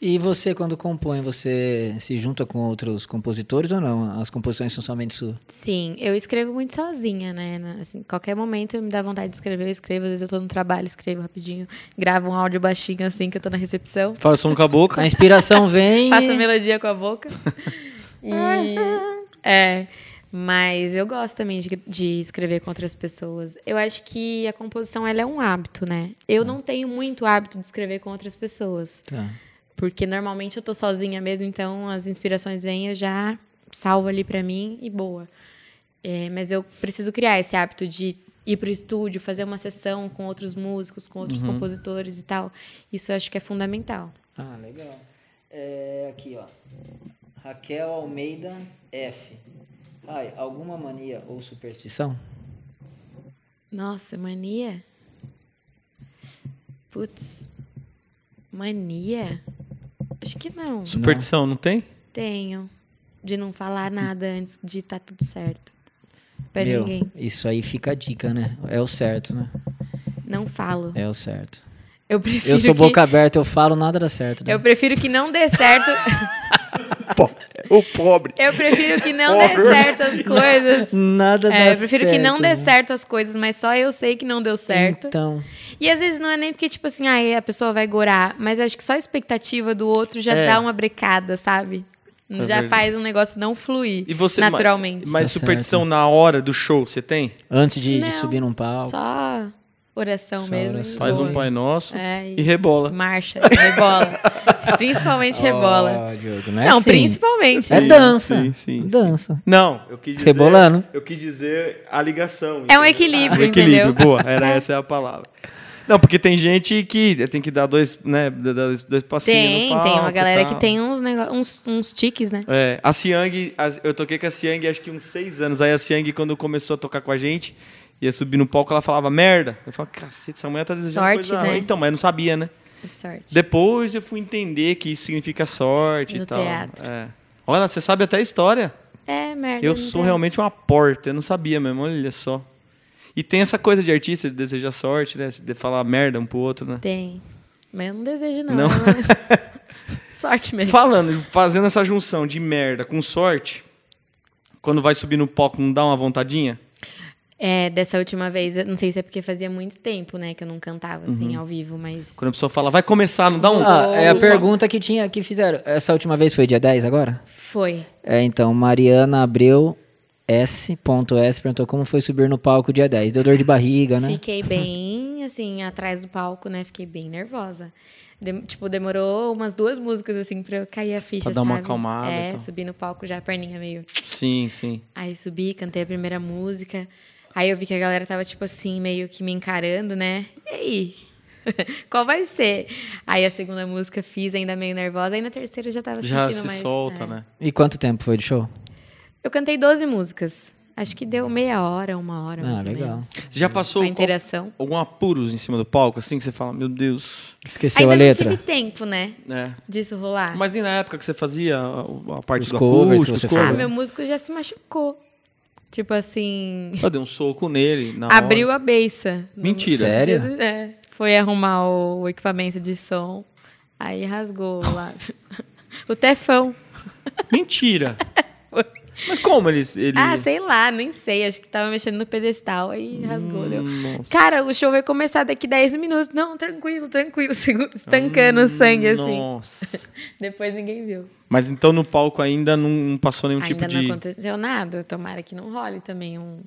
[SPEAKER 3] E você, quando compõe, você se junta com outros compositores ou não? As composições são somente suas?
[SPEAKER 4] Sim, eu escrevo muito sozinha, né? Na- Assim, qualquer momento me dá vontade de escrever, eu escrevo. Às vezes eu tô no trabalho, escrevo rapidinho. Gravo um áudio baixinho, assim, que eu tô na recepção.
[SPEAKER 2] Faz som com a boca.
[SPEAKER 3] A inspiração vem.
[SPEAKER 4] Faço melodia com a boca. E- é. Mas eu gosto também de, de escrever com outras pessoas. Eu acho que a composição ela é um hábito, né? Eu não tenho muito hábito de escrever com outras pessoas.
[SPEAKER 3] Tá.
[SPEAKER 4] Porque normalmente eu tô sozinha mesmo, então as inspirações vêm, eu já salvo ali pra mim e boa. É, mas eu preciso criar esse hábito de ir pro estúdio, fazer uma sessão com outros músicos, com outros
[SPEAKER 3] Uhum.
[SPEAKER 4] compositores e tal. Isso eu acho que é fundamental.
[SPEAKER 3] Ah, legal. É, aqui, ó. Raquel Almeida F. Ai, alguma mania ou superstição?
[SPEAKER 4] Nossa, mania? Putz. Mania? Acho que não.
[SPEAKER 2] Superstição, não tem?
[SPEAKER 4] Tenho. De não falar nada antes de tá tudo certo. Pra
[SPEAKER 3] Meu,
[SPEAKER 4] ninguém.
[SPEAKER 3] Isso aí fica a dica, né? É o certo, né?
[SPEAKER 4] Não falo.
[SPEAKER 3] É o certo.
[SPEAKER 4] Eu prefiro.
[SPEAKER 3] Eu sou
[SPEAKER 4] que...
[SPEAKER 3] boca aberta, eu falo, nada dá certo. né?
[SPEAKER 4] Eu prefiro que não dê certo.
[SPEAKER 2] O pobre.
[SPEAKER 4] Eu prefiro que não dê certo as coisas.
[SPEAKER 3] Nada dá
[SPEAKER 4] É, eu prefiro que não
[SPEAKER 3] certo,
[SPEAKER 4] dê
[SPEAKER 3] né?
[SPEAKER 4] certo as coisas, mas só eu sei que não deu certo.
[SPEAKER 3] Então,
[SPEAKER 4] E às vezes não é nem porque, tipo assim, ah, é, a pessoa vai gorar, mas eu acho que só a expectativa do outro já
[SPEAKER 2] É.
[SPEAKER 4] dá uma brecada, sabe?
[SPEAKER 2] É
[SPEAKER 4] já
[SPEAKER 2] verdade.
[SPEAKER 4] faz um negócio não fluir
[SPEAKER 2] E você,
[SPEAKER 4] naturalmente.
[SPEAKER 2] Mas
[SPEAKER 3] Tá
[SPEAKER 2] superstição na hora do show, você tem?
[SPEAKER 3] antes de, de
[SPEAKER 4] Não.
[SPEAKER 3] subir num palco.
[SPEAKER 4] Só oração
[SPEAKER 3] Só
[SPEAKER 4] mesmo.
[SPEAKER 3] oração.
[SPEAKER 4] e
[SPEAKER 2] Faz
[SPEAKER 4] boa.
[SPEAKER 2] um Pai Nosso
[SPEAKER 4] É, e
[SPEAKER 2] e rebola.
[SPEAKER 4] marcha, rebola. principalmente rebola.
[SPEAKER 3] Ó, Diogo, não é
[SPEAKER 4] não,
[SPEAKER 3] assim.
[SPEAKER 4] principalmente.
[SPEAKER 3] É
[SPEAKER 2] Sim,
[SPEAKER 3] dança.
[SPEAKER 2] sim, sim, sim.
[SPEAKER 3] Dança.
[SPEAKER 2] Não, eu quis dizer.
[SPEAKER 3] Rebolando.
[SPEAKER 2] Eu quis dizer a ligação.
[SPEAKER 4] É
[SPEAKER 2] entendeu?
[SPEAKER 4] um equilíbrio,
[SPEAKER 2] Ah, um equilíbrio,
[SPEAKER 4] entendeu?
[SPEAKER 2] boa. Era essa é a palavra. Não, porque tem gente que tem que dar dois, né, dar dois, dois passinhos
[SPEAKER 4] Tem,
[SPEAKER 2] assim, no palco,
[SPEAKER 4] tem uma galera
[SPEAKER 2] tal.
[SPEAKER 4] que tem uns, nego... uns, uns tiques, né?
[SPEAKER 2] É, a Siang, as- eu toquei com a Siang acho que uns seis anos. Aí a Siang, quando começou a tocar com a gente, ia subir no palco, ela falava merda. Eu falava, cacete, essa mulher tá desejando
[SPEAKER 4] Sorte,
[SPEAKER 2] coisa.
[SPEAKER 4] né?
[SPEAKER 2] Então, mas eu não sabia, né?
[SPEAKER 4] Sorte.
[SPEAKER 2] Depois eu fui entender que isso significa sorte e
[SPEAKER 4] No
[SPEAKER 2] tal.
[SPEAKER 4] teatro.
[SPEAKER 2] É. Olha, você sabe até a história.
[SPEAKER 4] É, merda.
[SPEAKER 2] Eu
[SPEAKER 4] não
[SPEAKER 2] sou
[SPEAKER 4] dá.
[SPEAKER 2] realmente uma porta, eu não sabia mesmo, olha só. E tem essa coisa de artista de desejar sorte, né? De falar merda um pro outro, né?
[SPEAKER 4] Tem. Mas eu não desejo, não.
[SPEAKER 2] Não.
[SPEAKER 4] Sorte mesmo.
[SPEAKER 2] Falando, fazendo essa junção de merda com sorte, quando vai subir no palco, não dá uma vontadinha?
[SPEAKER 4] É, dessa última vez, eu não sei se é porque fazia muito tempo, né, que eu não cantava assim ao vivo, mas
[SPEAKER 2] Uhum. Quando a pessoa fala, vai começar, não dá um.
[SPEAKER 3] Ah, é a
[SPEAKER 4] Boa.
[SPEAKER 3] pergunta que tinha que fizeram. Essa última vez foi dia 10 agora?
[SPEAKER 4] foi.
[SPEAKER 3] É, então, Mariana Abreu S.S perguntou como foi subir no palco dia 10. Deu dor de barriga, né?
[SPEAKER 4] Fiquei bem, assim, atrás do palco, né? Fiquei bem nervosa. Dem- tipo, demorou umas duas músicas, assim, pra eu cair a ficha,
[SPEAKER 2] Pra dar uma
[SPEAKER 4] sabe?
[SPEAKER 2] acalmada e
[SPEAKER 4] É,
[SPEAKER 2] tal.
[SPEAKER 4] subi no palco já, a perninha meio...
[SPEAKER 2] Sim, sim.
[SPEAKER 4] Aí subi, cantei a primeira música. Aí eu vi que a galera tava, tipo assim, meio que me encarando, né? E aí? Qual vai ser? Aí a segunda música fiz, ainda meio nervosa. Aí na terceira eu já tava
[SPEAKER 2] Já
[SPEAKER 4] sentindo
[SPEAKER 2] se
[SPEAKER 4] mais-
[SPEAKER 2] solta,
[SPEAKER 4] é.
[SPEAKER 2] né?
[SPEAKER 3] E quanto tempo foi de show?
[SPEAKER 4] Eu cantei 12 músicas. Acho que deu meia hora, uma hora,
[SPEAKER 3] Ah,
[SPEAKER 4] mais ou
[SPEAKER 3] legal.
[SPEAKER 4] menos.
[SPEAKER 2] Você já passou
[SPEAKER 4] A
[SPEAKER 2] qual-
[SPEAKER 4] interação.
[SPEAKER 2] algum apuros em cima do palco, assim, que você fala, meu Deus.
[SPEAKER 3] Esqueceu
[SPEAKER 4] Ainda
[SPEAKER 3] a
[SPEAKER 4] não
[SPEAKER 3] letra?
[SPEAKER 4] tive tempo, né?
[SPEAKER 2] É.
[SPEAKER 4] Disso rolar.
[SPEAKER 2] Mas e na época que você fazia a, a parte
[SPEAKER 3] Os
[SPEAKER 2] do
[SPEAKER 3] covers que
[SPEAKER 2] acústico,
[SPEAKER 3] você
[SPEAKER 2] os
[SPEAKER 4] Ah,
[SPEAKER 3] faz.
[SPEAKER 2] covers?
[SPEAKER 4] meu músico já se machucou. Tipo assim,
[SPEAKER 2] Eu dei um soco nele. Na
[SPEAKER 4] abriu a beiça. No-
[SPEAKER 2] Mentira.
[SPEAKER 3] Sério?
[SPEAKER 4] no dia do- É, foi arrumar o, o equipamento de som, aí rasgou o lábio. o tefão.
[SPEAKER 2] hora. Mentira. Mas como eles. Ele...
[SPEAKER 4] Ah, sei lá, nem sei. Acho que tava mexendo no
[SPEAKER 2] Hum.
[SPEAKER 4] pedestal aí rasgou. deu.
[SPEAKER 2] Nossa.
[SPEAKER 4] Cara, o show vai começar daqui 10 minutos. Não, tranquilo, tranquilo. segu- Estancando o sangue, assim.
[SPEAKER 2] Nossa.
[SPEAKER 4] Depois ninguém viu.
[SPEAKER 2] Mas então no palco ainda não- não passou nenhum tipo
[SPEAKER 4] Ainda
[SPEAKER 2] de.
[SPEAKER 4] não aconteceu nada. Tomara que não role também um,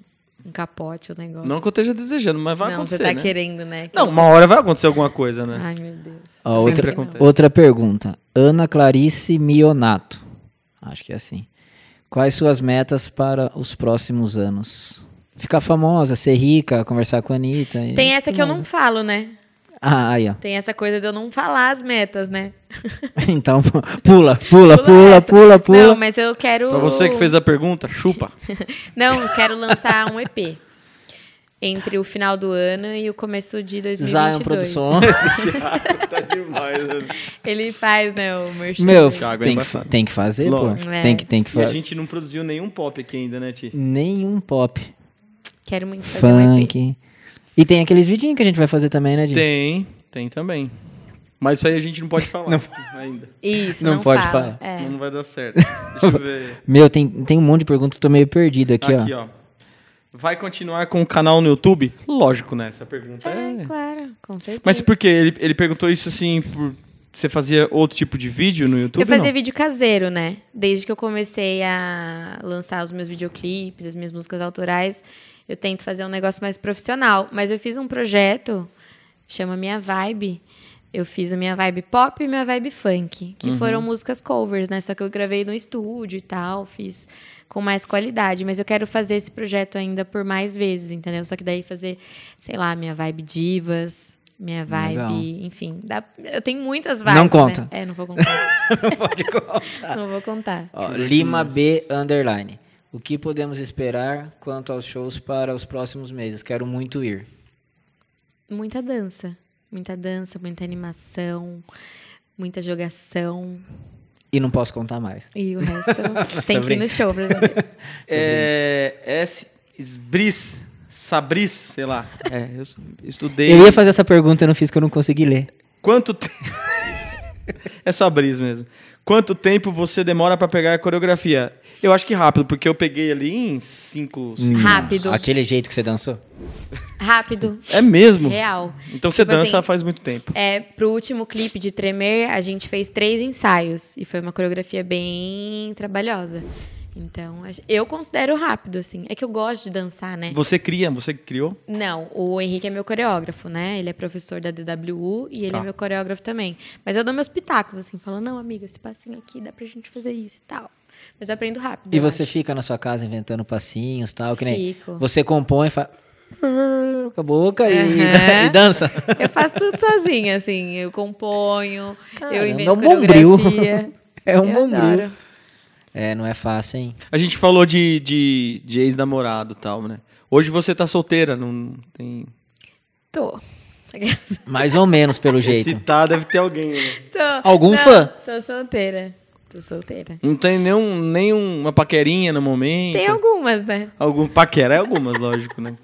[SPEAKER 4] um capote, o negócio.
[SPEAKER 2] Não que eu esteja desejando, mas vai
[SPEAKER 4] não,
[SPEAKER 2] acontecer.
[SPEAKER 4] você tá
[SPEAKER 2] né?
[SPEAKER 4] querendo, né? que-
[SPEAKER 2] Não, uma hora vai acontecer alguma coisa, né?
[SPEAKER 4] Ai, meu Deus.
[SPEAKER 3] Ó,
[SPEAKER 4] Sempre
[SPEAKER 3] outra,
[SPEAKER 4] que não.
[SPEAKER 2] acontece.
[SPEAKER 3] outra pergunta. Ana Clarice Mionato. Acho que é assim. Quais suas metas para os próximos anos? Ficar famosa, ser rica, conversar com a Anitta. e
[SPEAKER 4] Tem essa
[SPEAKER 3] tudo
[SPEAKER 4] que eu
[SPEAKER 3] mais,
[SPEAKER 4] não
[SPEAKER 3] né?
[SPEAKER 4] falo, né?
[SPEAKER 3] Ah, aí, ó.
[SPEAKER 4] Tem essa coisa de eu não falar as metas, né?
[SPEAKER 3] Então, pula, pula,
[SPEAKER 4] Pula
[SPEAKER 3] pula,
[SPEAKER 4] essa.
[SPEAKER 3] pula,
[SPEAKER 4] Não,
[SPEAKER 3] pula.
[SPEAKER 4] mas Ah, eu quero.
[SPEAKER 2] Pra você que fez a pergunta, chupa.
[SPEAKER 4] Não, quero lançar um EP. Entre o final do ano e o começo de 2022.
[SPEAKER 3] Zion Produções.
[SPEAKER 2] Esse Thiago tá demais. né?
[SPEAKER 4] Ele faz, né, o merchan.
[SPEAKER 3] Meu,
[SPEAKER 2] Thiago é
[SPEAKER 3] tem que,
[SPEAKER 2] embaçado.
[SPEAKER 3] tem que fazer, pô.
[SPEAKER 2] Lógico.
[SPEAKER 4] É.
[SPEAKER 3] Tem que, tem que
[SPEAKER 2] E a
[SPEAKER 3] fazer.
[SPEAKER 2] gente não produziu nenhum pop aqui ainda, né, Ti?
[SPEAKER 3] Nenhum pop.
[SPEAKER 4] Quero muito fazer um EP.
[SPEAKER 3] funk. E tem aqueles vidinhos que a gente vai fazer também, né, Dinho?
[SPEAKER 2] Tem, tem também. Mas isso aí a gente não pode falar ainda.
[SPEAKER 4] Isso,
[SPEAKER 3] Não
[SPEAKER 4] não,
[SPEAKER 3] pode
[SPEAKER 4] fala.
[SPEAKER 3] falar.
[SPEAKER 4] É.
[SPEAKER 2] Senão não vai dar certo. Deixa eu ver.
[SPEAKER 3] Meu, tem, tem um monte de pergunta que eu tô meio perdido aqui,
[SPEAKER 2] Aqui,
[SPEAKER 3] ó.
[SPEAKER 2] ó. Vai continuar com o canal no YouTube? Lógico, né? Essa pergunta
[SPEAKER 4] É,
[SPEAKER 2] é.
[SPEAKER 4] claro, com certeza.
[SPEAKER 2] Mas por quê? Ele, ele perguntou isso assim por. Você fazia outro tipo de vídeo no YouTube?
[SPEAKER 4] eu fazia
[SPEAKER 2] não?
[SPEAKER 4] vídeo caseiro, né? Desde que eu comecei a lançar os meus videoclipes, as minhas músicas autorais, eu tento fazer um negócio mais profissional. Mas eu fiz um projeto, chama Minha Vibe. Eu fiz a minha vibe pop e minha vibe funk,
[SPEAKER 3] Uhum.
[SPEAKER 4] que foram músicas covers, né? Só que eu gravei no estúdio e tal, fiz com mais qualidade. Mas eu quero fazer esse projeto ainda por mais vezes, entendeu? Só que daí fazer, sei lá, minha vibe divas, minha vibe,
[SPEAKER 3] Legal.
[SPEAKER 4] enfim. dá- eu tenho muitas vibes.
[SPEAKER 3] Não
[SPEAKER 4] né?
[SPEAKER 3] conta.
[SPEAKER 4] É, não vou contar.
[SPEAKER 3] Não pode contar.
[SPEAKER 4] Não vou contar.
[SPEAKER 3] Ó, Lima B underline. O que podemos esperar quanto aos shows para os próximos meses? Quero muito ir.
[SPEAKER 4] Muita dança. Muita dança, muita animação, muita jogação.
[SPEAKER 3] E não posso contar mais.
[SPEAKER 4] E o resto tem
[SPEAKER 3] Tá
[SPEAKER 4] que ir no
[SPEAKER 3] brincando.
[SPEAKER 4] show pra saber.
[SPEAKER 2] É. S. Sbris. Sabris, sei lá. É, eu s- estudei.
[SPEAKER 3] Eu ia fazer essa pergunta e não fiz que eu não consegui ler.
[SPEAKER 2] Quanto tempo. é Sabris mesmo. Quanto tempo você demora pra pegar a coreografia? Eu acho que rápido, porque eu peguei ali em 5.
[SPEAKER 4] Rápido.
[SPEAKER 3] Aquele jeito que você dançou?
[SPEAKER 4] Rápido,
[SPEAKER 2] É mesmo?
[SPEAKER 4] real.
[SPEAKER 2] Então você
[SPEAKER 4] Tipo
[SPEAKER 2] dança
[SPEAKER 4] assim,
[SPEAKER 2] faz muito tempo.
[SPEAKER 4] É, pro último clipe de Tremer, a gente fez três ensaios. E foi uma coreografia bem trabalhosa. Então, acho- eu considero rápido, assim. É que eu gosto de dançar, né?
[SPEAKER 2] Você cria, você que criou?
[SPEAKER 4] Não, o Henrique é meu coreógrafo, né? Ele é professor da DWU e ele
[SPEAKER 2] Tá.
[SPEAKER 4] é meu coreógrafo também. Mas eu dou meus pitacos, assim, falo, não, amiga, esse passinho aqui dá pra gente fazer isso e tal. Mas eu aprendo rápido.
[SPEAKER 3] E
[SPEAKER 4] eu
[SPEAKER 3] você
[SPEAKER 4] acho.
[SPEAKER 3] fica na sua casa inventando passinhos tal, que nem.
[SPEAKER 4] Fico.
[SPEAKER 3] Você compõe e faz. Com a boca e,
[SPEAKER 4] Aham.
[SPEAKER 3] e dança.
[SPEAKER 4] Eu faço tudo sozinha, assim. Eu componho, eu
[SPEAKER 3] Caramba,
[SPEAKER 4] invento
[SPEAKER 3] é um bombril.
[SPEAKER 4] coreografia.
[SPEAKER 3] É um
[SPEAKER 4] Eu
[SPEAKER 3] bombril.
[SPEAKER 4] adoro.
[SPEAKER 3] É, não é fácil, hein?
[SPEAKER 2] A gente falou de, de, de ex-namorado e tal, né? Hoje você tá solteira, não tem.
[SPEAKER 4] Tô.
[SPEAKER 3] Mais ou menos, pelo jeito.
[SPEAKER 2] Se tá, deve ter alguém. Né?
[SPEAKER 4] Tô.
[SPEAKER 3] Algum
[SPEAKER 4] Não,
[SPEAKER 3] fã?
[SPEAKER 4] Tô solteira. Tô solteira.
[SPEAKER 2] Não tem nenhum, nenhuma paquerinha no momento.
[SPEAKER 3] Então.
[SPEAKER 4] Tem algumas, né?
[SPEAKER 2] Algum paquera, é algumas, lógico, né?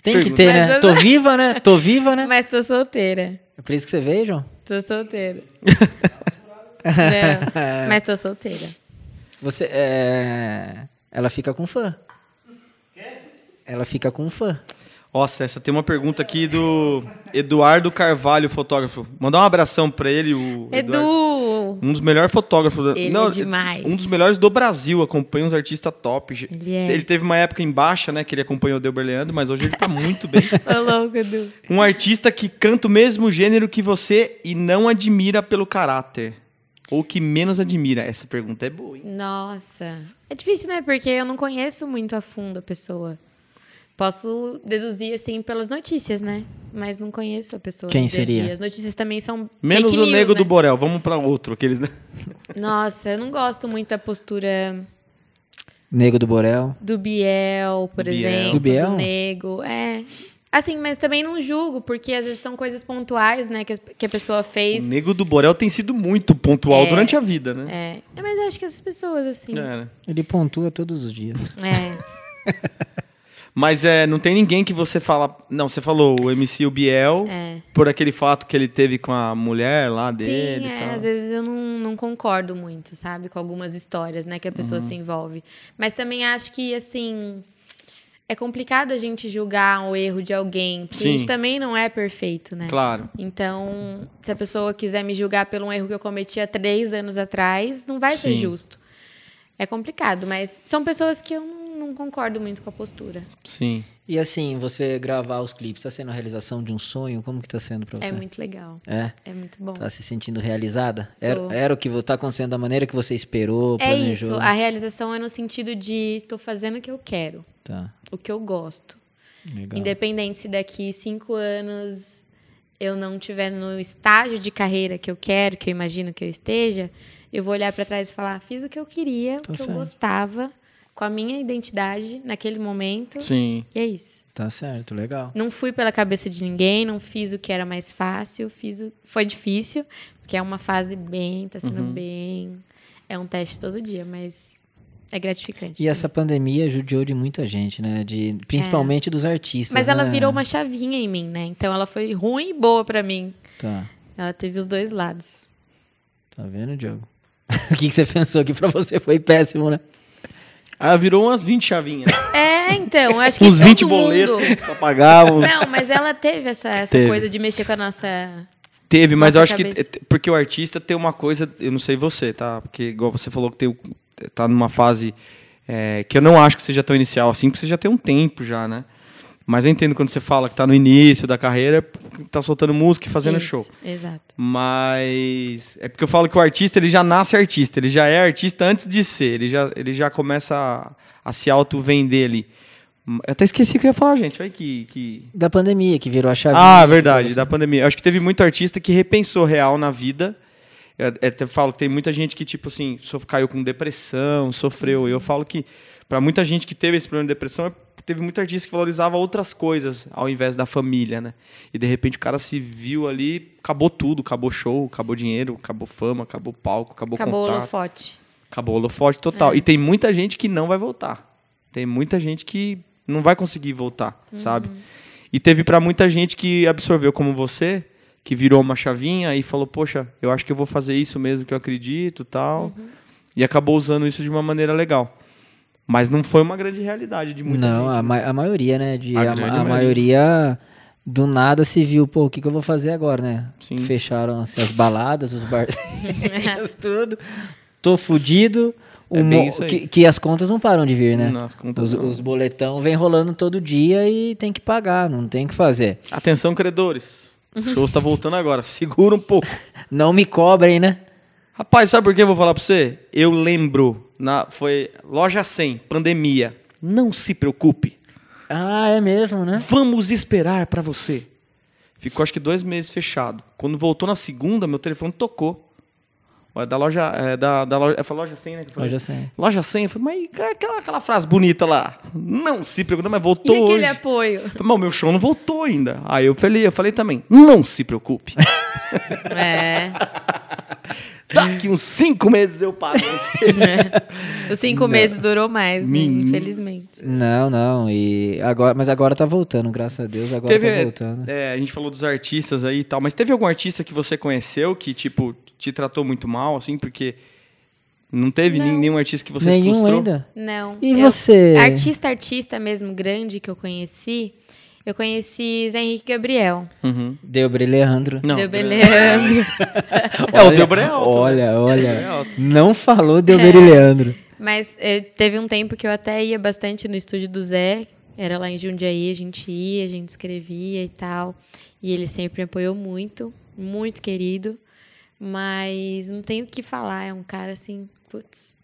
[SPEAKER 3] Tem que
[SPEAKER 2] Pergunta.
[SPEAKER 3] ter,
[SPEAKER 4] Mas
[SPEAKER 3] né?
[SPEAKER 4] eu-
[SPEAKER 3] Tô viva, né? Tô viva, né?
[SPEAKER 4] Mas tô solteira.
[SPEAKER 3] É por isso que você veio, João?
[SPEAKER 4] Tô solteira. Não, mas tô solteira.
[SPEAKER 3] Você. É... Ela fica com fã. Ela fica com fã.
[SPEAKER 2] Nossa, essa tem uma pergunta aqui do Eduardo Carvalho, fotógrafo. Mandar um abração pra ele, o Eduardo.
[SPEAKER 4] Edu!
[SPEAKER 2] Um dos melhores fotógrafos. da-
[SPEAKER 4] Ele é demais.
[SPEAKER 2] Um dos melhores do Brasil. Acompanha uns artistas top.
[SPEAKER 4] Ele é.
[SPEAKER 2] Ele teve uma época em baixa, né? Que ele acompanhou o Delber Leandro, mas hoje ele tá muito bem.
[SPEAKER 4] Ô, louco, Edu.
[SPEAKER 2] Um artista que canta o mesmo gênero que você e não admira pelo caráter. Ou que menos admira. Essa pergunta é boa, hein?
[SPEAKER 4] Nossa. É difícil, né? Porque eu não conheço muito a fundo a pessoa. Posso deduzir, assim, pelas notícias, né? Mas não conheço a pessoa.
[SPEAKER 3] Quem
[SPEAKER 4] no dia a dia.
[SPEAKER 3] seria?
[SPEAKER 4] As notícias também são
[SPEAKER 2] Menos
[SPEAKER 4] fake
[SPEAKER 2] o
[SPEAKER 4] news,
[SPEAKER 2] Nego
[SPEAKER 4] né?
[SPEAKER 2] do Borel. Vamos pra outro. Aqueles, né?
[SPEAKER 4] Nossa, eu não gosto muito da postura
[SPEAKER 3] Nego do Borel.
[SPEAKER 4] do Biel, por
[SPEAKER 2] Biel.
[SPEAKER 4] exemplo.
[SPEAKER 3] Do Biel?
[SPEAKER 4] Nego, é... Assim, mas também não julgo, porque às vezes são coisas pontuais, né? Que, as- que a pessoa
[SPEAKER 2] O
[SPEAKER 4] fez.
[SPEAKER 2] Nego do Borel tem sido muito pontual durante a vida, né?
[SPEAKER 4] É, mas eu acho que essas pessoas, assim. É.
[SPEAKER 2] É, né?
[SPEAKER 3] Ele pontua todos os dias.
[SPEAKER 2] Mas é, não tem ninguém que você fala. Não, você falou o MC o Biel
[SPEAKER 4] É.
[SPEAKER 2] por aquele fato que ele teve com a mulher lá dele
[SPEAKER 4] Sim,
[SPEAKER 2] e
[SPEAKER 4] é,
[SPEAKER 2] tal.
[SPEAKER 4] às vezes eu não, não concordo muito, sabe? Com algumas histórias, né? Que a
[SPEAKER 2] Uhum.
[SPEAKER 4] pessoa se envolve. Mas também acho que, assim. É complicado a gente julgar o erro de alguém, porque a
[SPEAKER 2] Sim.
[SPEAKER 4] gente também não é perfeito, né?
[SPEAKER 2] tá? Claro.
[SPEAKER 4] Então, se a pessoa quiser me julgar pelo um erro que eu cometi há três anos atrás, não vai ser
[SPEAKER 2] Sim.
[SPEAKER 4] justo. É complicado, mas são pessoas que eu não, não concordo muito com a postura.
[SPEAKER 2] Sim.
[SPEAKER 3] E assim, você gravar os clipes, tá sendo a realização de um sonho? Como que tá sendo pra você?
[SPEAKER 4] É muito legal.
[SPEAKER 3] É?
[SPEAKER 4] É muito bom.
[SPEAKER 3] Tá se sentindo realizada? Era,
[SPEAKER 4] Tô.
[SPEAKER 3] era o que vo- tá acontecendo da maneira que você esperou,
[SPEAKER 4] É
[SPEAKER 3] planejou?
[SPEAKER 4] isso,
[SPEAKER 2] um
[SPEAKER 4] a realização é no sentido de tô fazendo o que eu quero,
[SPEAKER 3] Tá,
[SPEAKER 4] o que eu gosto.
[SPEAKER 3] legal.
[SPEAKER 4] Independente se daqui cinco anos eu não tiver no estágio de carreira que eu quero, que eu imagino que eu esteja, eu vou olhar para trás e falar, fiz o que eu queria, o
[SPEAKER 3] Tá
[SPEAKER 4] que
[SPEAKER 3] certo.
[SPEAKER 4] eu gostava, com a minha identidade naquele momento.
[SPEAKER 2] Sim.
[SPEAKER 4] E é isso.
[SPEAKER 3] Tá certo, legal.
[SPEAKER 4] Não fui pela cabeça de ninguém, não fiz o que era mais fácil, fiz o... foi difícil, porque é uma fase bem, tá sendo
[SPEAKER 2] Uhum.
[SPEAKER 4] bem. É um teste todo dia, mas É gratificante.
[SPEAKER 3] E essa pandemia judiou de muita gente, né? De, principalmente dos artistas.
[SPEAKER 4] Mas ela
[SPEAKER 3] né?
[SPEAKER 4] virou uma chavinha em mim, né? Então ela foi ruim e boa pra mim.
[SPEAKER 3] Tá,
[SPEAKER 4] Ela teve os dois lados.
[SPEAKER 3] tá vendo, Diogo? o que, que você pensou que pra você foi péssimo, né?
[SPEAKER 2] Ah, virou umas 20 chavinhas.
[SPEAKER 4] É, então, acho que
[SPEAKER 2] Uns
[SPEAKER 4] todo
[SPEAKER 2] 20
[SPEAKER 4] mundo...
[SPEAKER 2] boletos pra pagar. uns-
[SPEAKER 4] Não, mas ela teve essa, essa
[SPEAKER 2] Teve.
[SPEAKER 4] coisa de mexer com a nossa.
[SPEAKER 2] Teve, mas
[SPEAKER 4] Nossa
[SPEAKER 2] eu acho que.
[SPEAKER 4] cabeça.
[SPEAKER 2] t- Porque o artista tem uma coisa. Eu não sei você, tá? Porque, igual você falou que tem, o- tá numa fase é, que eu não acho que seja tão inicial assim, porque você já tem um tempo já, né? Mas eu entendo quando você fala que tá no início da carreira, tá soltando música e fazendo
[SPEAKER 4] Isso,
[SPEAKER 2] show.
[SPEAKER 4] Exato.
[SPEAKER 2] Mas é porque eu falo que o artista ele já nasce artista, ele já é artista antes de ser, ele já, ele já começa a, a se auto-vender ali. Hum, Eu até esqueci o que eu ia falar, gente. Olha que. que...
[SPEAKER 3] Da pandemia, que virou a chave.
[SPEAKER 2] Ah,
[SPEAKER 3] né?
[SPEAKER 2] verdade, da pandemia. Eu acho que teve muito artista que repensou real na vida. Eu até falo que tem muita gente que, tipo assim, sof- caiu com depressão, sofreu. E eu falo que, para muita gente que teve esse problema de depressão, é- teve muita artista que valorizava outras coisas ao invés da família, né? E de repente o cara se viu ali, acabou tudo, acabou show, acabou dinheiro, acabou fama, acabou palco, acabou,
[SPEAKER 4] Acabou o
[SPEAKER 2] contato.
[SPEAKER 4] holofote.
[SPEAKER 2] Acabou o holofote total. E tem muita gente que não vai voltar. Tem muita gente que não vai conseguir voltar, sabe? E teve pra muita gente que absorveu como você, que virou uma chavinha e falou: "Poxa, eu acho que eu vou fazer isso mesmo que eu acredito", tal. E acabou usando isso de uma maneira legal. Mas não foi uma grande realidade de muita
[SPEAKER 3] assim. Não,
[SPEAKER 2] gente.
[SPEAKER 3] a, ma- a maioria, né? De,
[SPEAKER 2] A
[SPEAKER 3] a,
[SPEAKER 2] grande
[SPEAKER 3] ma- a
[SPEAKER 2] maioria.
[SPEAKER 3] maioria do nada se viu, pô, o que, que eu vou fazer agora, né?
[SPEAKER 2] Sim.
[SPEAKER 3] Fecharam assim, as baladas, os bares, tudo. Tô fudido. O
[SPEAKER 2] É bem
[SPEAKER 3] mo-
[SPEAKER 2] isso aí.
[SPEAKER 3] que, que as contas não param de vir, né?
[SPEAKER 2] Nas contas,
[SPEAKER 3] Os,
[SPEAKER 2] não. tá
[SPEAKER 3] os boletão vem rolando todo dia e tem que pagar, não tem o que fazer.
[SPEAKER 2] Atenção credores. O show está voltando agora. Segura um pouco.
[SPEAKER 3] Não me cobrem, né?
[SPEAKER 2] Rapaz, sabe por que eu vou falar pra você? Eu lembro, na, foi loja 100, pandemia. Não se preocupe,
[SPEAKER 3] Ah, é mesmo, né?
[SPEAKER 2] vamos esperar pra você. Ficou acho que dois meses fechado. Quando voltou na segunda, meu telefone tocou. Ó, É da loja, é da, da loja, é, foi loja 100, né? que eu falei?
[SPEAKER 3] Hoje eu sei.
[SPEAKER 2] Loja 100, eu falei, mas e aquela, aquela frase bonita lá, não se preocupe, mas
[SPEAKER 4] E
[SPEAKER 2] voltou
[SPEAKER 4] aquele
[SPEAKER 2] hoje.
[SPEAKER 4] apoio.
[SPEAKER 2] Eu falei, Mas o meu show não voltou ainda. Aí eu falei, eu falei também, não se preocupe.
[SPEAKER 4] É.
[SPEAKER 2] Daqui uns cinco meses eu pago.
[SPEAKER 4] Os cinco meses durou mais, né?
[SPEAKER 2] Menino.
[SPEAKER 4] Infelizmente.
[SPEAKER 3] Não, não. E agora, mas agora tá voltando, graças a Deus, agora tá voltando.
[SPEAKER 2] é, a gente falou dos artistas aí e tal, mas teve algum artista que você conheceu que, tipo, te tratou muito mal, assim, porque não teve nem- nenhum artista que você se
[SPEAKER 3] Nenhum
[SPEAKER 2] frustrou?
[SPEAKER 3] ainda.
[SPEAKER 4] Não.
[SPEAKER 3] E
[SPEAKER 4] eu-
[SPEAKER 3] você?
[SPEAKER 4] Artista, artista mesmo grande que eu conheci, eu conheci Zé Henrique Gabriel.
[SPEAKER 2] Uhum.
[SPEAKER 3] Deobre Leandro.
[SPEAKER 2] Não.
[SPEAKER 4] Deu Beleandro.
[SPEAKER 2] É, o Deubre é alto, né?
[SPEAKER 3] Olha,
[SPEAKER 2] É
[SPEAKER 3] olha.
[SPEAKER 2] alto.
[SPEAKER 3] Não falou Deobre
[SPEAKER 4] É.
[SPEAKER 3] Leandro.
[SPEAKER 4] Mas eh, teve um tempo que eu até ia bastante no estúdio do Zé. Era lá em Jundiaí, a gente ia, a gente escrevia e tal. E ele sempre me apoiou muito, muito querido. Mas não tenho o que falar, é um cara assim, putz,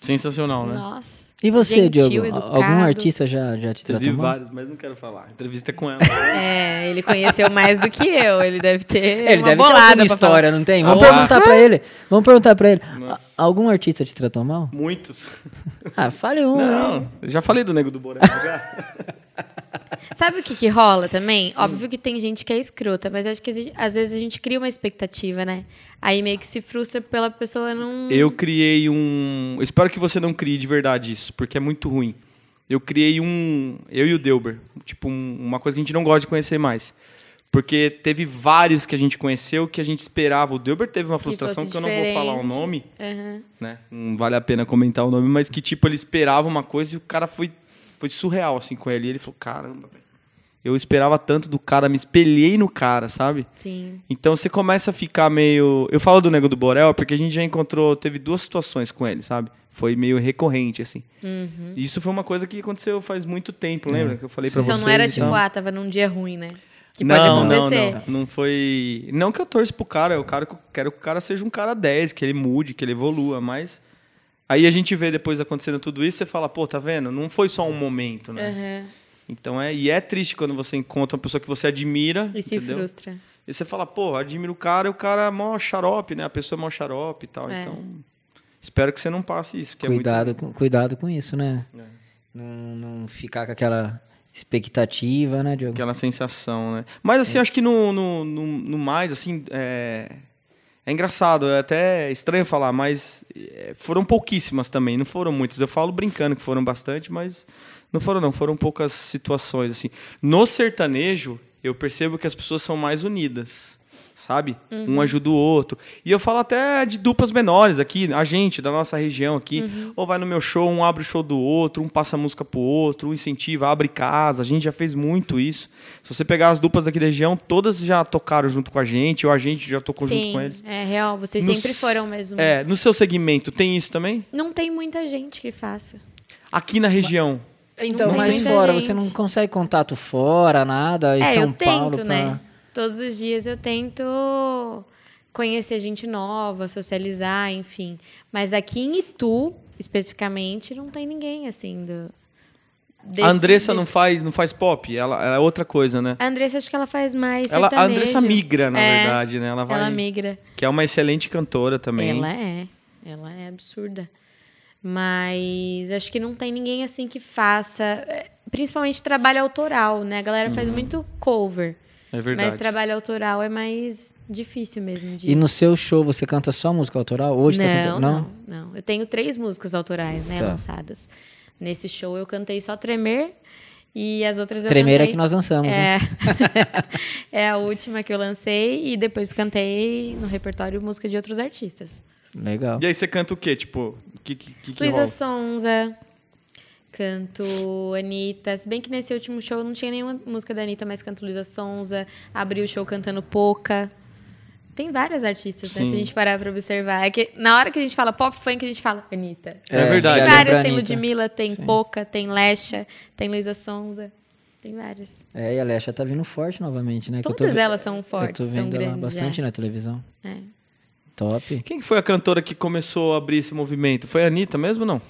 [SPEAKER 2] Sensacional, né?
[SPEAKER 4] nossa.
[SPEAKER 3] E você,
[SPEAKER 4] Gentil,
[SPEAKER 3] Diogo?
[SPEAKER 4] educado.
[SPEAKER 3] Algum artista já, já te
[SPEAKER 2] Teve
[SPEAKER 3] tratou mal?
[SPEAKER 2] vários, mas não quero falar. Entrevista com ela.
[SPEAKER 4] É, ele conheceu mais do que eu, ele deve ter
[SPEAKER 3] Ele
[SPEAKER 4] uma
[SPEAKER 3] deve ter
[SPEAKER 4] bolada
[SPEAKER 3] alguma
[SPEAKER 4] pra falar.
[SPEAKER 3] história, não tem? Vamos
[SPEAKER 2] Olá.
[SPEAKER 3] perguntar pra ele. Vamos perguntar pra ele.
[SPEAKER 2] Nossa.
[SPEAKER 3] A- Algum artista te tratou mal?
[SPEAKER 2] Muitos.
[SPEAKER 3] Ah, fale um. né?
[SPEAKER 2] Não, eu já falei do Nego do Borel. já.
[SPEAKER 4] Sabe o que, que rola também? Óbvio que tem gente que é escrota, mas acho que a gente- às vezes a gente cria uma expectativa, né? Aí meio que se frustra pela pessoa não.
[SPEAKER 2] Eu criei um... eu Espero que você não crie de verdade isso, porque é muito ruim. Eu criei um... Eu e o Delber. Tipo, um- uma coisa que a gente não gosta de conhecer mais. Porque teve vários que a gente conheceu que a gente esperava. O Delber teve uma frustração que,
[SPEAKER 4] fosse
[SPEAKER 2] eu não vou falar o
[SPEAKER 4] diferente.
[SPEAKER 2] nome,
[SPEAKER 4] Aham.
[SPEAKER 2] né? Não vale a pena comentar o nome, mas que tipo ele esperava uma coisa e o cara foi foi surreal assim com ele. E ele falou: "Caramba, velho. Eu esperava tanto do cara, me espelhei no cara, sabe?
[SPEAKER 4] Sim.
[SPEAKER 2] Então você começa a ficar meio. Eu falo do Nego do Borel porque a gente já encontrou. Teve duas situações com ele, sabe? Foi meio recorrente, assim.
[SPEAKER 4] Uhum.
[SPEAKER 2] E Isso foi uma coisa que aconteceu faz muito tempo, lembra? Que eu falei pra
[SPEAKER 4] Então
[SPEAKER 2] vocês.
[SPEAKER 4] não era
[SPEAKER 2] e
[SPEAKER 4] tipo,
[SPEAKER 2] tal.
[SPEAKER 4] ah, tava num dia ruim, né? Que
[SPEAKER 2] não,
[SPEAKER 4] pode
[SPEAKER 2] não,
[SPEAKER 4] acontecer.
[SPEAKER 2] não. Não foi. Não que eu torço pro cara, eu quero, que- quero que o cara seja um cara 10, que ele mude, que ele evolua, mas. Aí a gente vê depois acontecendo tudo isso, você fala, pô, tá vendo? Não foi só um momento, né?
[SPEAKER 4] Aham.
[SPEAKER 2] Então é. E é triste quando você encontra uma pessoa que você admira.
[SPEAKER 4] E se
[SPEAKER 2] entendeu?
[SPEAKER 4] frustra.
[SPEAKER 2] E você fala, pô, admiro o cara, e o cara é mó xarope, né? A pessoa é mó xarope e tal.
[SPEAKER 4] É.
[SPEAKER 2] Então, espero que você não passe isso. Que
[SPEAKER 3] Cuidado,
[SPEAKER 2] É muito...
[SPEAKER 3] com, cuidado com isso, né?
[SPEAKER 2] É.
[SPEAKER 3] Não, não ficar com aquela expectativa, né, Diogo?
[SPEAKER 2] Aquela sensação, né? Mas, assim, acho que no, no, no, no mais, assim, é... é É engraçado, é até estranho falar, mas é, foram pouquíssimas também, não foram muitas. Eu falo brincando que foram bastante, mas não foram não, foram poucas situações assim. No sertanejo, eu percebo que as pessoas são mais unidas, sabe?
[SPEAKER 4] Uhum.
[SPEAKER 2] Um ajuda o outro. E eu falo até de duplas menores aqui, a gente da nossa região aqui,
[SPEAKER 4] Uhum.
[SPEAKER 2] ou vai no meu show, um abre o show do outro, um passa a música pro outro, um incentiva, abre casa. A gente já fez muito isso. Se você pegar as duplas daqui da região, todas já tocaram junto com a gente, ou a gente já tocou junto
[SPEAKER 4] Sim,
[SPEAKER 2] com eles.
[SPEAKER 4] é real. Vocês
[SPEAKER 2] Nos-
[SPEAKER 4] sempre foram mesmo.
[SPEAKER 2] É, no seu segmento tem isso também?
[SPEAKER 4] Não tem muita gente que faça.
[SPEAKER 2] Aqui na região.
[SPEAKER 3] Então,
[SPEAKER 4] Não
[SPEAKER 3] mas
[SPEAKER 4] tem muita
[SPEAKER 3] fora,
[SPEAKER 4] gente.
[SPEAKER 3] você não consegue contato fora, nada, em
[SPEAKER 4] é,
[SPEAKER 3] São
[SPEAKER 4] eu tento,
[SPEAKER 3] Paulo. pra-
[SPEAKER 4] né? Todos os dias eu tento conhecer gente nova, socializar, enfim. Mas aqui em Itu, especificamente, não tem ninguém assim do. desse-
[SPEAKER 2] a Andressa não
[SPEAKER 4] desse-
[SPEAKER 2] faz, não faz pop, ela, ela é outra coisa, né?
[SPEAKER 4] A Andressa acho que ela faz mais.
[SPEAKER 2] Ela, a
[SPEAKER 4] É sertanejo.
[SPEAKER 2] Andressa migra, na
[SPEAKER 4] É,
[SPEAKER 2] verdade, né? Ela vai,
[SPEAKER 4] Ela migra.
[SPEAKER 2] que é uma excelente cantora também.
[SPEAKER 4] Ela é. Ela é absurda. Mas acho que não tem ninguém assim que faça. é, Principalmente trabalho autoral, né? A galera faz
[SPEAKER 3] Uhum.
[SPEAKER 4] muito cover.
[SPEAKER 2] É verdade.
[SPEAKER 4] Mas trabalho autoral é mais difícil mesmo de.
[SPEAKER 3] E no seu show você canta só música autoral? Hoje
[SPEAKER 4] não,
[SPEAKER 3] tá cantando?
[SPEAKER 4] não, não. Eu tenho três músicas autorais, né?
[SPEAKER 3] Tá.
[SPEAKER 4] Lançadas. Nesse show eu cantei só Tremer e as outras eu
[SPEAKER 3] Tremer é
[SPEAKER 4] cantei...
[SPEAKER 3] que nós dançamos, né?
[SPEAKER 4] É. é a última que eu lancei e depois cantei no repertório música de outros artistas.
[SPEAKER 3] Legal.
[SPEAKER 2] E aí você canta o quê? Tipo, o que, que, que, que
[SPEAKER 4] Luísa
[SPEAKER 2] rola?
[SPEAKER 4] Sonza, é. canto Anitta. Se bem que nesse último show não tinha nenhuma música da Anitta, mas canto Luísa Sonza. Abri o show cantando Poca. Tem várias artistas, né?
[SPEAKER 2] Sim.
[SPEAKER 4] Se a gente parar pra observar. É que na hora que a gente fala pop funk, a gente fala Anitta.
[SPEAKER 2] É verdade.
[SPEAKER 4] Tem
[SPEAKER 3] já
[SPEAKER 4] várias,
[SPEAKER 3] lembra
[SPEAKER 4] tem
[SPEAKER 3] a Anitta.
[SPEAKER 4] Ludmilla, tem
[SPEAKER 3] Sim.
[SPEAKER 4] Poca, tem Lecha, tem Luísa Sonza. Tem várias.
[SPEAKER 3] É, e a Lesha tá vindo forte novamente, né? Que eu tô
[SPEAKER 4] Todas
[SPEAKER 3] ve-
[SPEAKER 4] elas são fortes,
[SPEAKER 3] Eu tô
[SPEAKER 4] são
[SPEAKER 3] vendo ela
[SPEAKER 4] grandes. né?
[SPEAKER 3] bastante
[SPEAKER 4] já.
[SPEAKER 3] na televisão.
[SPEAKER 4] É.
[SPEAKER 3] Top.
[SPEAKER 2] Quem que foi a cantora que começou a abrir esse movimento? Foi a Anitta mesmo ou não?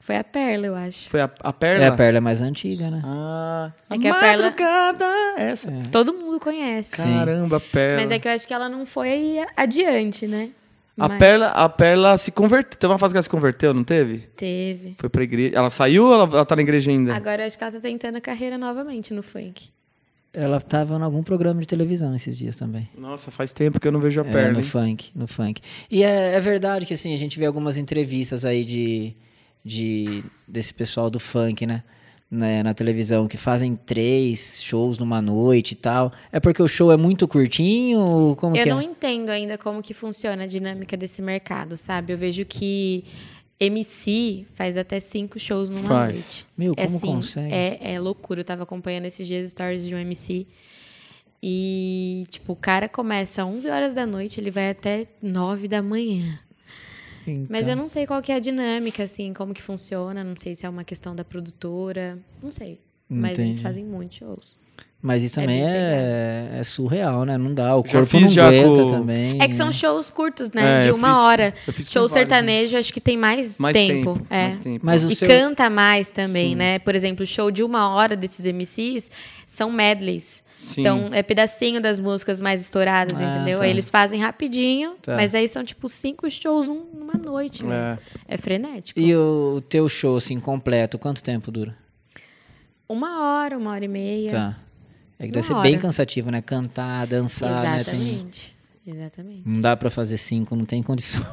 [SPEAKER 4] Foi a Perla, eu acho.
[SPEAKER 2] Foi a, a Perla?
[SPEAKER 3] É a Perla é mais antiga, né?
[SPEAKER 2] Ah,
[SPEAKER 4] É que a Perla-
[SPEAKER 2] madrugada, essa.
[SPEAKER 4] Todo mundo conhece.
[SPEAKER 3] É, Sim.
[SPEAKER 2] Caramba, Perla.
[SPEAKER 4] Mas é que eu acho que ela não foi adiante, né?
[SPEAKER 2] a,
[SPEAKER 4] Mas
[SPEAKER 2] Perla, a Perla se converteu. Teve uma fase que ela se converteu, não teve?
[SPEAKER 4] Teve.
[SPEAKER 2] Foi pra igreja. Ela saiu ou ela, ela tá na igreja
[SPEAKER 3] Né?
[SPEAKER 2] ainda?
[SPEAKER 4] Agora acho que ela tá tentando a carreira novamente no funk.
[SPEAKER 3] Ela tava em algum programa de televisão esses dias também.
[SPEAKER 2] Nossa, faz tempo que eu não vejo a
[SPEAKER 3] É,
[SPEAKER 2] Perla.
[SPEAKER 3] no
[SPEAKER 2] hein?
[SPEAKER 3] funk, no funk. E é, é verdade que assim, a gente vê algumas entrevistas aí de, de desse pessoal do funk, né? Né, na televisão, que fazem três shows numa noite e tal. É porque o show é muito curtinho? Como
[SPEAKER 4] eu
[SPEAKER 3] que
[SPEAKER 4] não
[SPEAKER 3] é?
[SPEAKER 4] entendo ainda como que funciona a dinâmica desse mercado, sabe? Eu vejo que MC faz até cinco shows numa
[SPEAKER 2] Faz.
[SPEAKER 4] noite.
[SPEAKER 3] Meu,
[SPEAKER 4] É
[SPEAKER 3] como
[SPEAKER 4] assim,
[SPEAKER 3] consegue?
[SPEAKER 4] É, é loucura. Eu tava acompanhando esses dias stories de um MC. E, tipo, o cara começa às 11 horas da noite, ele vai até 9 da manhã.
[SPEAKER 3] Então,
[SPEAKER 4] Mas eu não sei qual que é a dinâmica, assim, como que funciona. Não sei se é uma questão da produtora. Não sei. Mas eles
[SPEAKER 3] Entendi.
[SPEAKER 4] fazem muitos shows.
[SPEAKER 3] Mas isso também
[SPEAKER 4] bem
[SPEAKER 3] é, é surreal, né? Não dá, o
[SPEAKER 2] Já
[SPEAKER 3] corpo
[SPEAKER 2] fiz
[SPEAKER 3] não
[SPEAKER 2] já
[SPEAKER 3] aguenta
[SPEAKER 2] com-
[SPEAKER 3] também.
[SPEAKER 4] É que são
[SPEAKER 3] né?
[SPEAKER 4] shows curtos, né?
[SPEAKER 2] É,
[SPEAKER 4] de
[SPEAKER 2] eu
[SPEAKER 4] uma
[SPEAKER 2] fiz-
[SPEAKER 4] hora.
[SPEAKER 2] eu fiz com
[SPEAKER 4] Show
[SPEAKER 2] vários, né?
[SPEAKER 4] sertanejo, acho que tem mais,
[SPEAKER 2] Mais tempo.
[SPEAKER 4] É.
[SPEAKER 2] Mais tempo.
[SPEAKER 3] Mas o
[SPEAKER 4] E
[SPEAKER 3] seu...
[SPEAKER 4] canta mais também, né? Por exemplo, o show de uma hora desses MCs são medleys.
[SPEAKER 2] Sim.
[SPEAKER 4] Então, é pedacinho das músicas mais estouradas,
[SPEAKER 3] Ah,
[SPEAKER 4] entendeu?
[SPEAKER 3] tá.
[SPEAKER 4] Aí eles fazem rapidinho,
[SPEAKER 3] Tá.
[SPEAKER 4] mas aí são tipo cinco shows num- numa noite, né?
[SPEAKER 2] É.
[SPEAKER 4] É, frenético.
[SPEAKER 3] E o, o teu show, assim, completo, quanto tempo dura?
[SPEAKER 4] Uma hora, uma hora e meia.
[SPEAKER 3] Tá. É que
[SPEAKER 4] Uma
[SPEAKER 3] deve ser bem
[SPEAKER 4] hora.
[SPEAKER 3] cansativo, né? Cantar, dançar, né? Tem-
[SPEAKER 4] Exatamente. Exatamente.
[SPEAKER 3] Não dá pra fazer cinco, não tem condições.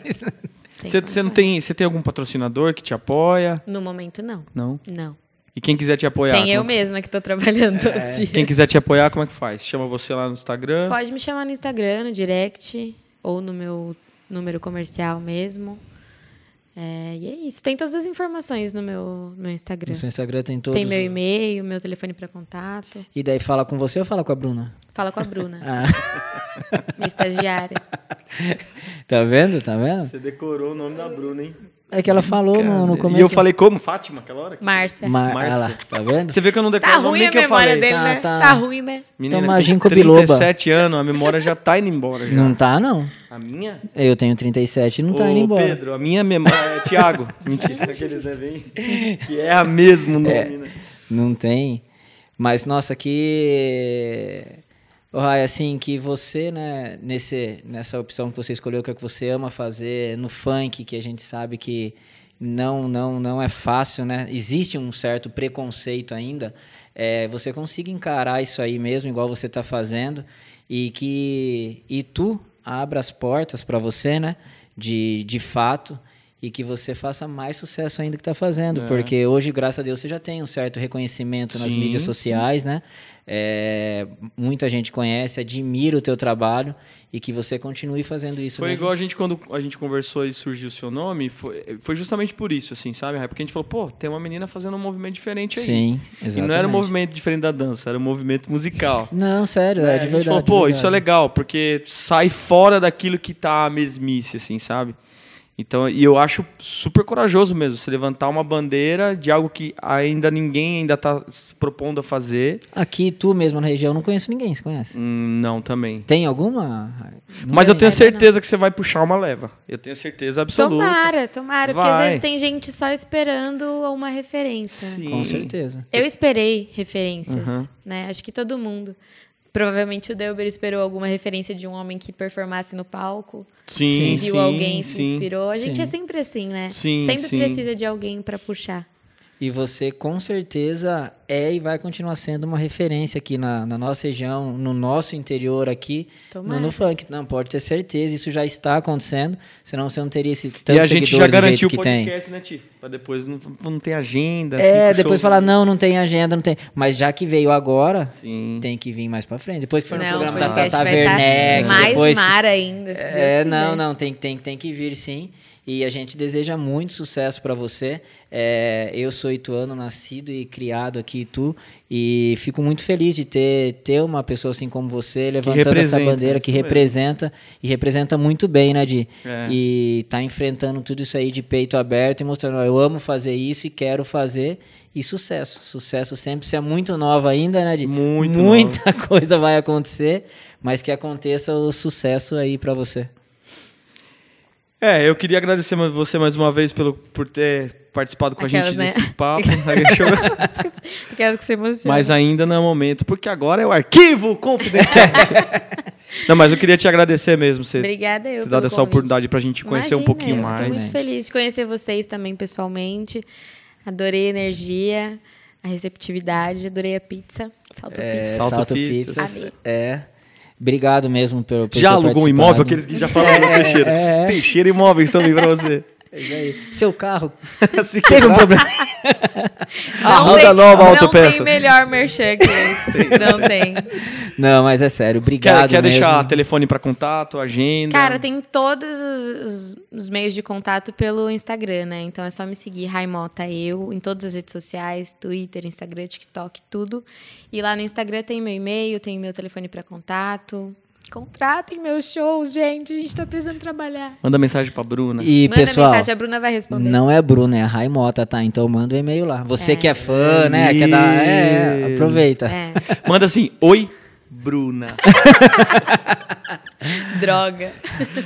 [SPEAKER 4] Tem
[SPEAKER 2] Você
[SPEAKER 4] condições.
[SPEAKER 2] você não tem, você tem algum patrocinador que te apoia?
[SPEAKER 4] No momento, não.
[SPEAKER 2] Não.
[SPEAKER 4] Não.
[SPEAKER 2] E quem quiser te apoiar?
[SPEAKER 4] tem eu
[SPEAKER 2] como-
[SPEAKER 4] mesma que tô trabalhando todo dia.
[SPEAKER 2] Quem quiser te apoiar, como é que faz? Chama você lá no Instagram.
[SPEAKER 4] Pode me chamar no Instagram, no direct, ou no meu número comercial mesmo. É, e é isso. Tem todas as informações no meu, no meu Instagram.
[SPEAKER 3] No seu Instagram tem todos.
[SPEAKER 4] Tem meu e-mail, meu telefone para contato.
[SPEAKER 3] E daí fala com você ou fala com a Bruna?
[SPEAKER 4] Fala com a Bruna,
[SPEAKER 3] Ah,
[SPEAKER 4] minha estagiária.
[SPEAKER 3] tá vendo? Tá vendo?
[SPEAKER 2] Você decorou o nome da Bruna, hein?
[SPEAKER 3] É que ela falou no, no começo.
[SPEAKER 2] E eu falei como? Fátima, aquela hora?
[SPEAKER 4] Márcia.
[SPEAKER 3] Ma-
[SPEAKER 2] Márcia.
[SPEAKER 3] ah lá, tá vendo?
[SPEAKER 2] Você vê que eu não decoro
[SPEAKER 4] Tá
[SPEAKER 2] o nome
[SPEAKER 4] ruim
[SPEAKER 2] nem
[SPEAKER 4] a
[SPEAKER 2] que eu
[SPEAKER 4] memória
[SPEAKER 2] falei.
[SPEAKER 4] dele,
[SPEAKER 3] Tá,
[SPEAKER 4] né?
[SPEAKER 3] tá.
[SPEAKER 4] Tá. ruim, né?
[SPEAKER 2] Menina,
[SPEAKER 3] Toma
[SPEAKER 2] com
[SPEAKER 3] ginkgo
[SPEAKER 2] 37 anos, a memória já tá indo embora. Já.
[SPEAKER 3] Não tá, não.
[SPEAKER 2] A minha?
[SPEAKER 3] Eu tenho 37 e não tá
[SPEAKER 2] Ô,
[SPEAKER 3] indo embora.
[SPEAKER 2] Pedro, a minha memória é Tiago. Mentira, aqueles né, devem. Que é a mesmo nome, né?
[SPEAKER 3] Não tem. Mas, nossa, que. Ô, Rai, assim, que você, né, nesse, nessa opção que você escolheu, que é o que você ama fazer, no funk, que a gente sabe que não, não, não é fácil, né? Existe um certo preconceito ainda. É, você consiga encarar isso aí mesmo, igual você tá fazendo, e que. E tu abra as portas para você, né? De, de fato. E que você faça mais sucesso ainda que está fazendo.
[SPEAKER 2] É.
[SPEAKER 3] Porque hoje, graças a Deus, você já tem um certo reconhecimento nas
[SPEAKER 2] Sim,
[SPEAKER 3] mídias
[SPEAKER 2] sim.
[SPEAKER 3] sociais, né? É, muita gente conhece, admira o teu trabalho e que você continue fazendo isso.
[SPEAKER 2] Foi
[SPEAKER 3] mesmo.
[SPEAKER 2] igual a gente, quando a gente conversou e surgiu o seu nome, foi, foi justamente por isso, assim, sabe? Rai? Porque a gente falou, pô, tem uma menina fazendo um movimento diferente aí.
[SPEAKER 3] Sim, exatamente.
[SPEAKER 2] E não era um movimento diferente da dança, era um movimento musical.
[SPEAKER 3] Não, sério, é,
[SPEAKER 2] É,
[SPEAKER 3] de
[SPEAKER 2] a
[SPEAKER 3] verdade.
[SPEAKER 2] gente falou,
[SPEAKER 3] de
[SPEAKER 2] pô,
[SPEAKER 3] verdade.
[SPEAKER 2] isso é legal, porque sai fora daquilo que tá a mesmice, assim, sabe? Então, e eu acho super corajoso mesmo, você levantar uma bandeira de algo que ainda ninguém ainda tá se propondo a fazer.
[SPEAKER 3] Aqui, tu mesmo na região, eu não conheço ninguém, você conhece?
[SPEAKER 2] Hum, não, também.
[SPEAKER 3] Tem alguma? Não
[SPEAKER 2] Mas
[SPEAKER 3] sei.
[SPEAKER 2] eu tenho
[SPEAKER 4] Sério,
[SPEAKER 2] certeza que você vai puxar uma leva. Eu tenho certeza absoluta.
[SPEAKER 4] Tomara, tomara, porque às
[SPEAKER 2] Vai.
[SPEAKER 4] vezes tem gente só esperando uma referência.
[SPEAKER 2] Sim.
[SPEAKER 3] né? Com certeza.
[SPEAKER 4] Eu esperei referências,
[SPEAKER 2] Uhum.
[SPEAKER 4] né? Acho que todo mundo. Provavelmente o Delber esperou alguma referência de um homem que performasse no palco,
[SPEAKER 2] Sim,
[SPEAKER 3] Sim,
[SPEAKER 2] sim.
[SPEAKER 4] viu alguém, se
[SPEAKER 2] sim.
[SPEAKER 4] inspirou. A gente
[SPEAKER 3] Sim.
[SPEAKER 4] é sempre assim, né?
[SPEAKER 2] Sim,
[SPEAKER 4] sempre
[SPEAKER 2] sim.
[SPEAKER 4] precisa de alguém pra puxar.
[SPEAKER 3] E você com certeza é e vai continuar sendo uma referência aqui na, na nossa região, no nosso interior aqui, no,
[SPEAKER 4] Tomara.
[SPEAKER 3] no funk. Não, pode ter certeza, isso já está acontecendo, senão você não teria esse tanto
[SPEAKER 2] E a gente já garantiu o
[SPEAKER 3] que tem.
[SPEAKER 2] podcast, né, Ti? Pra depois não, não tem agenda. assim,
[SPEAKER 3] É,
[SPEAKER 2] cinco
[SPEAKER 3] depois
[SPEAKER 2] shows.
[SPEAKER 3] falar, não, não tem agenda, não tem. Mas já que veio agora,
[SPEAKER 2] Sim.
[SPEAKER 3] tem que vir mais pra frente. Depois que for no
[SPEAKER 4] Não,
[SPEAKER 3] programa
[SPEAKER 4] o
[SPEAKER 3] da
[SPEAKER 4] podcast
[SPEAKER 3] Tata
[SPEAKER 4] vai estar
[SPEAKER 3] Werneck,
[SPEAKER 4] mais
[SPEAKER 3] depois que
[SPEAKER 4] mara ainda, se Deus
[SPEAKER 3] É, não,
[SPEAKER 4] quiser.
[SPEAKER 3] não, tem, tem, tem que vir sim. E a gente deseja muito sucesso pra você. É, eu sou ituano, nascido e criado aqui em Itu. E fico muito feliz de ter, ter uma pessoa assim como você levantando essa
[SPEAKER 2] representa, é
[SPEAKER 3] bandeira,
[SPEAKER 2] isso
[SPEAKER 3] que
[SPEAKER 2] mesmo.
[SPEAKER 3] representa. E representa muito bem, né, Di?
[SPEAKER 2] É.
[SPEAKER 3] E tá enfrentando tudo isso aí de peito aberto e mostrando: ó, eu amo fazer isso e quero fazer. E sucesso, sucesso sempre. Você é muito nova ainda, né, Di?
[SPEAKER 2] Muito
[SPEAKER 3] Muita coisa vai acontecer, mas que aconteça o sucesso aí pra você.
[SPEAKER 2] É, eu queria agradecer ma- você mais uma vez pelo, por ter participado com a
[SPEAKER 4] Aquelas,
[SPEAKER 2] gente
[SPEAKER 4] né?
[SPEAKER 2] desse papo. Deixa eu-
[SPEAKER 4] Quero é que você emocione.
[SPEAKER 2] mas ainda não é o momento, porque agora é o arquivo confidencial. não, mas eu queria te agradecer mesmo, você
[SPEAKER 4] É. Obrigada eu
[SPEAKER 2] é, ter dado
[SPEAKER 4] pelo
[SPEAKER 2] essa
[SPEAKER 4] convite.
[SPEAKER 2] oportunidade pra gente conhecer um
[SPEAKER 4] Imagina,
[SPEAKER 2] pouquinho
[SPEAKER 4] eu Tô
[SPEAKER 2] mais.
[SPEAKER 4] muito feliz de conhecer vocês também pessoalmente. Adorei a energia, a receptividade, adorei a pizza. Saltou pizza.
[SPEAKER 2] Salto
[SPEAKER 3] Pizza.
[SPEAKER 2] Pizzas.
[SPEAKER 4] Amei.
[SPEAKER 3] É. Obrigado mesmo pelo, por
[SPEAKER 2] Já
[SPEAKER 3] ter
[SPEAKER 2] alugou um
[SPEAKER 3] participado.
[SPEAKER 2] imóvel, aqueles que já falaram no Teixeira.
[SPEAKER 3] é, é.
[SPEAKER 2] Teixeira Imóveis também pra você.
[SPEAKER 3] É isso aí. Seu carro
[SPEAKER 2] Se
[SPEAKER 3] teve um
[SPEAKER 2] quebrar-
[SPEAKER 3] problema.
[SPEAKER 2] A
[SPEAKER 4] Não
[SPEAKER 2] roda
[SPEAKER 4] tem-
[SPEAKER 2] nova,
[SPEAKER 4] Não
[SPEAKER 2] autopeças.
[SPEAKER 4] tem melhor merchan que esse. Não tem.
[SPEAKER 3] Não, mas é sério.
[SPEAKER 2] Quer,
[SPEAKER 3] Obrigado
[SPEAKER 2] quer
[SPEAKER 3] mesmo.
[SPEAKER 2] deixar telefone pra contato, agenda?
[SPEAKER 4] Cara, tem todos os, os- os meios de contato pelo Instagram, né? Então é só me seguir, Raimota Eu, em todas as redes sociais, Twitter, Instagram, TikTok, tudo. E lá no Instagram tem meu e-mail, tem meu telefone pra contato. Contratem meus shows, gente. A gente tá precisando trabalhar.
[SPEAKER 2] Manda mensagem pra Bruna.
[SPEAKER 3] E,
[SPEAKER 4] Manda
[SPEAKER 3] pessoal,
[SPEAKER 4] mensagem, a Bruna vai responder.
[SPEAKER 3] não é a Bruna, é a Raimota, tá? Então manda o e-mail lá. Você que é fã, né? Quer dar... É, é, aproveita.
[SPEAKER 4] É,
[SPEAKER 2] Manda assim, oi, Bruna.
[SPEAKER 4] droga.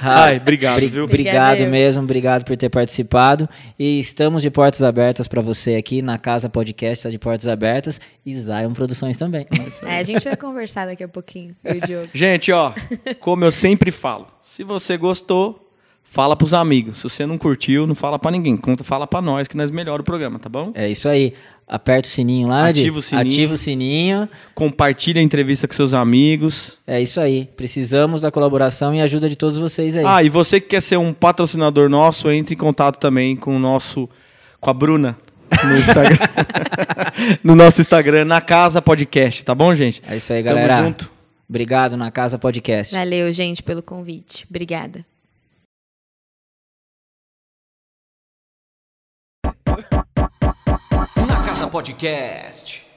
[SPEAKER 2] Ai, obrigado,
[SPEAKER 3] Ah, Bri-
[SPEAKER 2] viu?
[SPEAKER 4] Obrigada
[SPEAKER 3] Obrigado
[SPEAKER 4] eu.
[SPEAKER 3] mesmo, obrigado por ter participado. E estamos de portas abertas para você aqui na Casa Podcast, tá de portas abertas. E Zion Produções também.
[SPEAKER 4] É, a gente vai conversar daqui a pouquinho, eu e o Diogo.
[SPEAKER 2] Gente, ó, como eu sempre falo, se você gostou, fala pros amigos. Se você não curtiu, não fala pra ninguém. Conta, fala pra nós que nós melhora o programa, tá bom?
[SPEAKER 3] É isso aí. Aperta o sininho lá, Adi.
[SPEAKER 2] Ativa o sininho.
[SPEAKER 3] Ativa o sininho.
[SPEAKER 2] Compartilha a entrevista com seus amigos.
[SPEAKER 3] É isso aí. Precisamos da colaboração e ajuda de todos vocês aí.
[SPEAKER 2] Ah, e você que quer ser um patrocinador nosso, entre em contato também com o nosso com a Bruna no Instagram. no nosso Instagram na Casa Podcast, tá bom, gente?
[SPEAKER 3] é isso aí,
[SPEAKER 2] Tamo
[SPEAKER 3] galera.
[SPEAKER 2] junto.
[SPEAKER 3] Obrigado na Casa Podcast.
[SPEAKER 4] Valeu, gente, pelo convite. Obrigada.
[SPEAKER 1] Na Casa Podcast.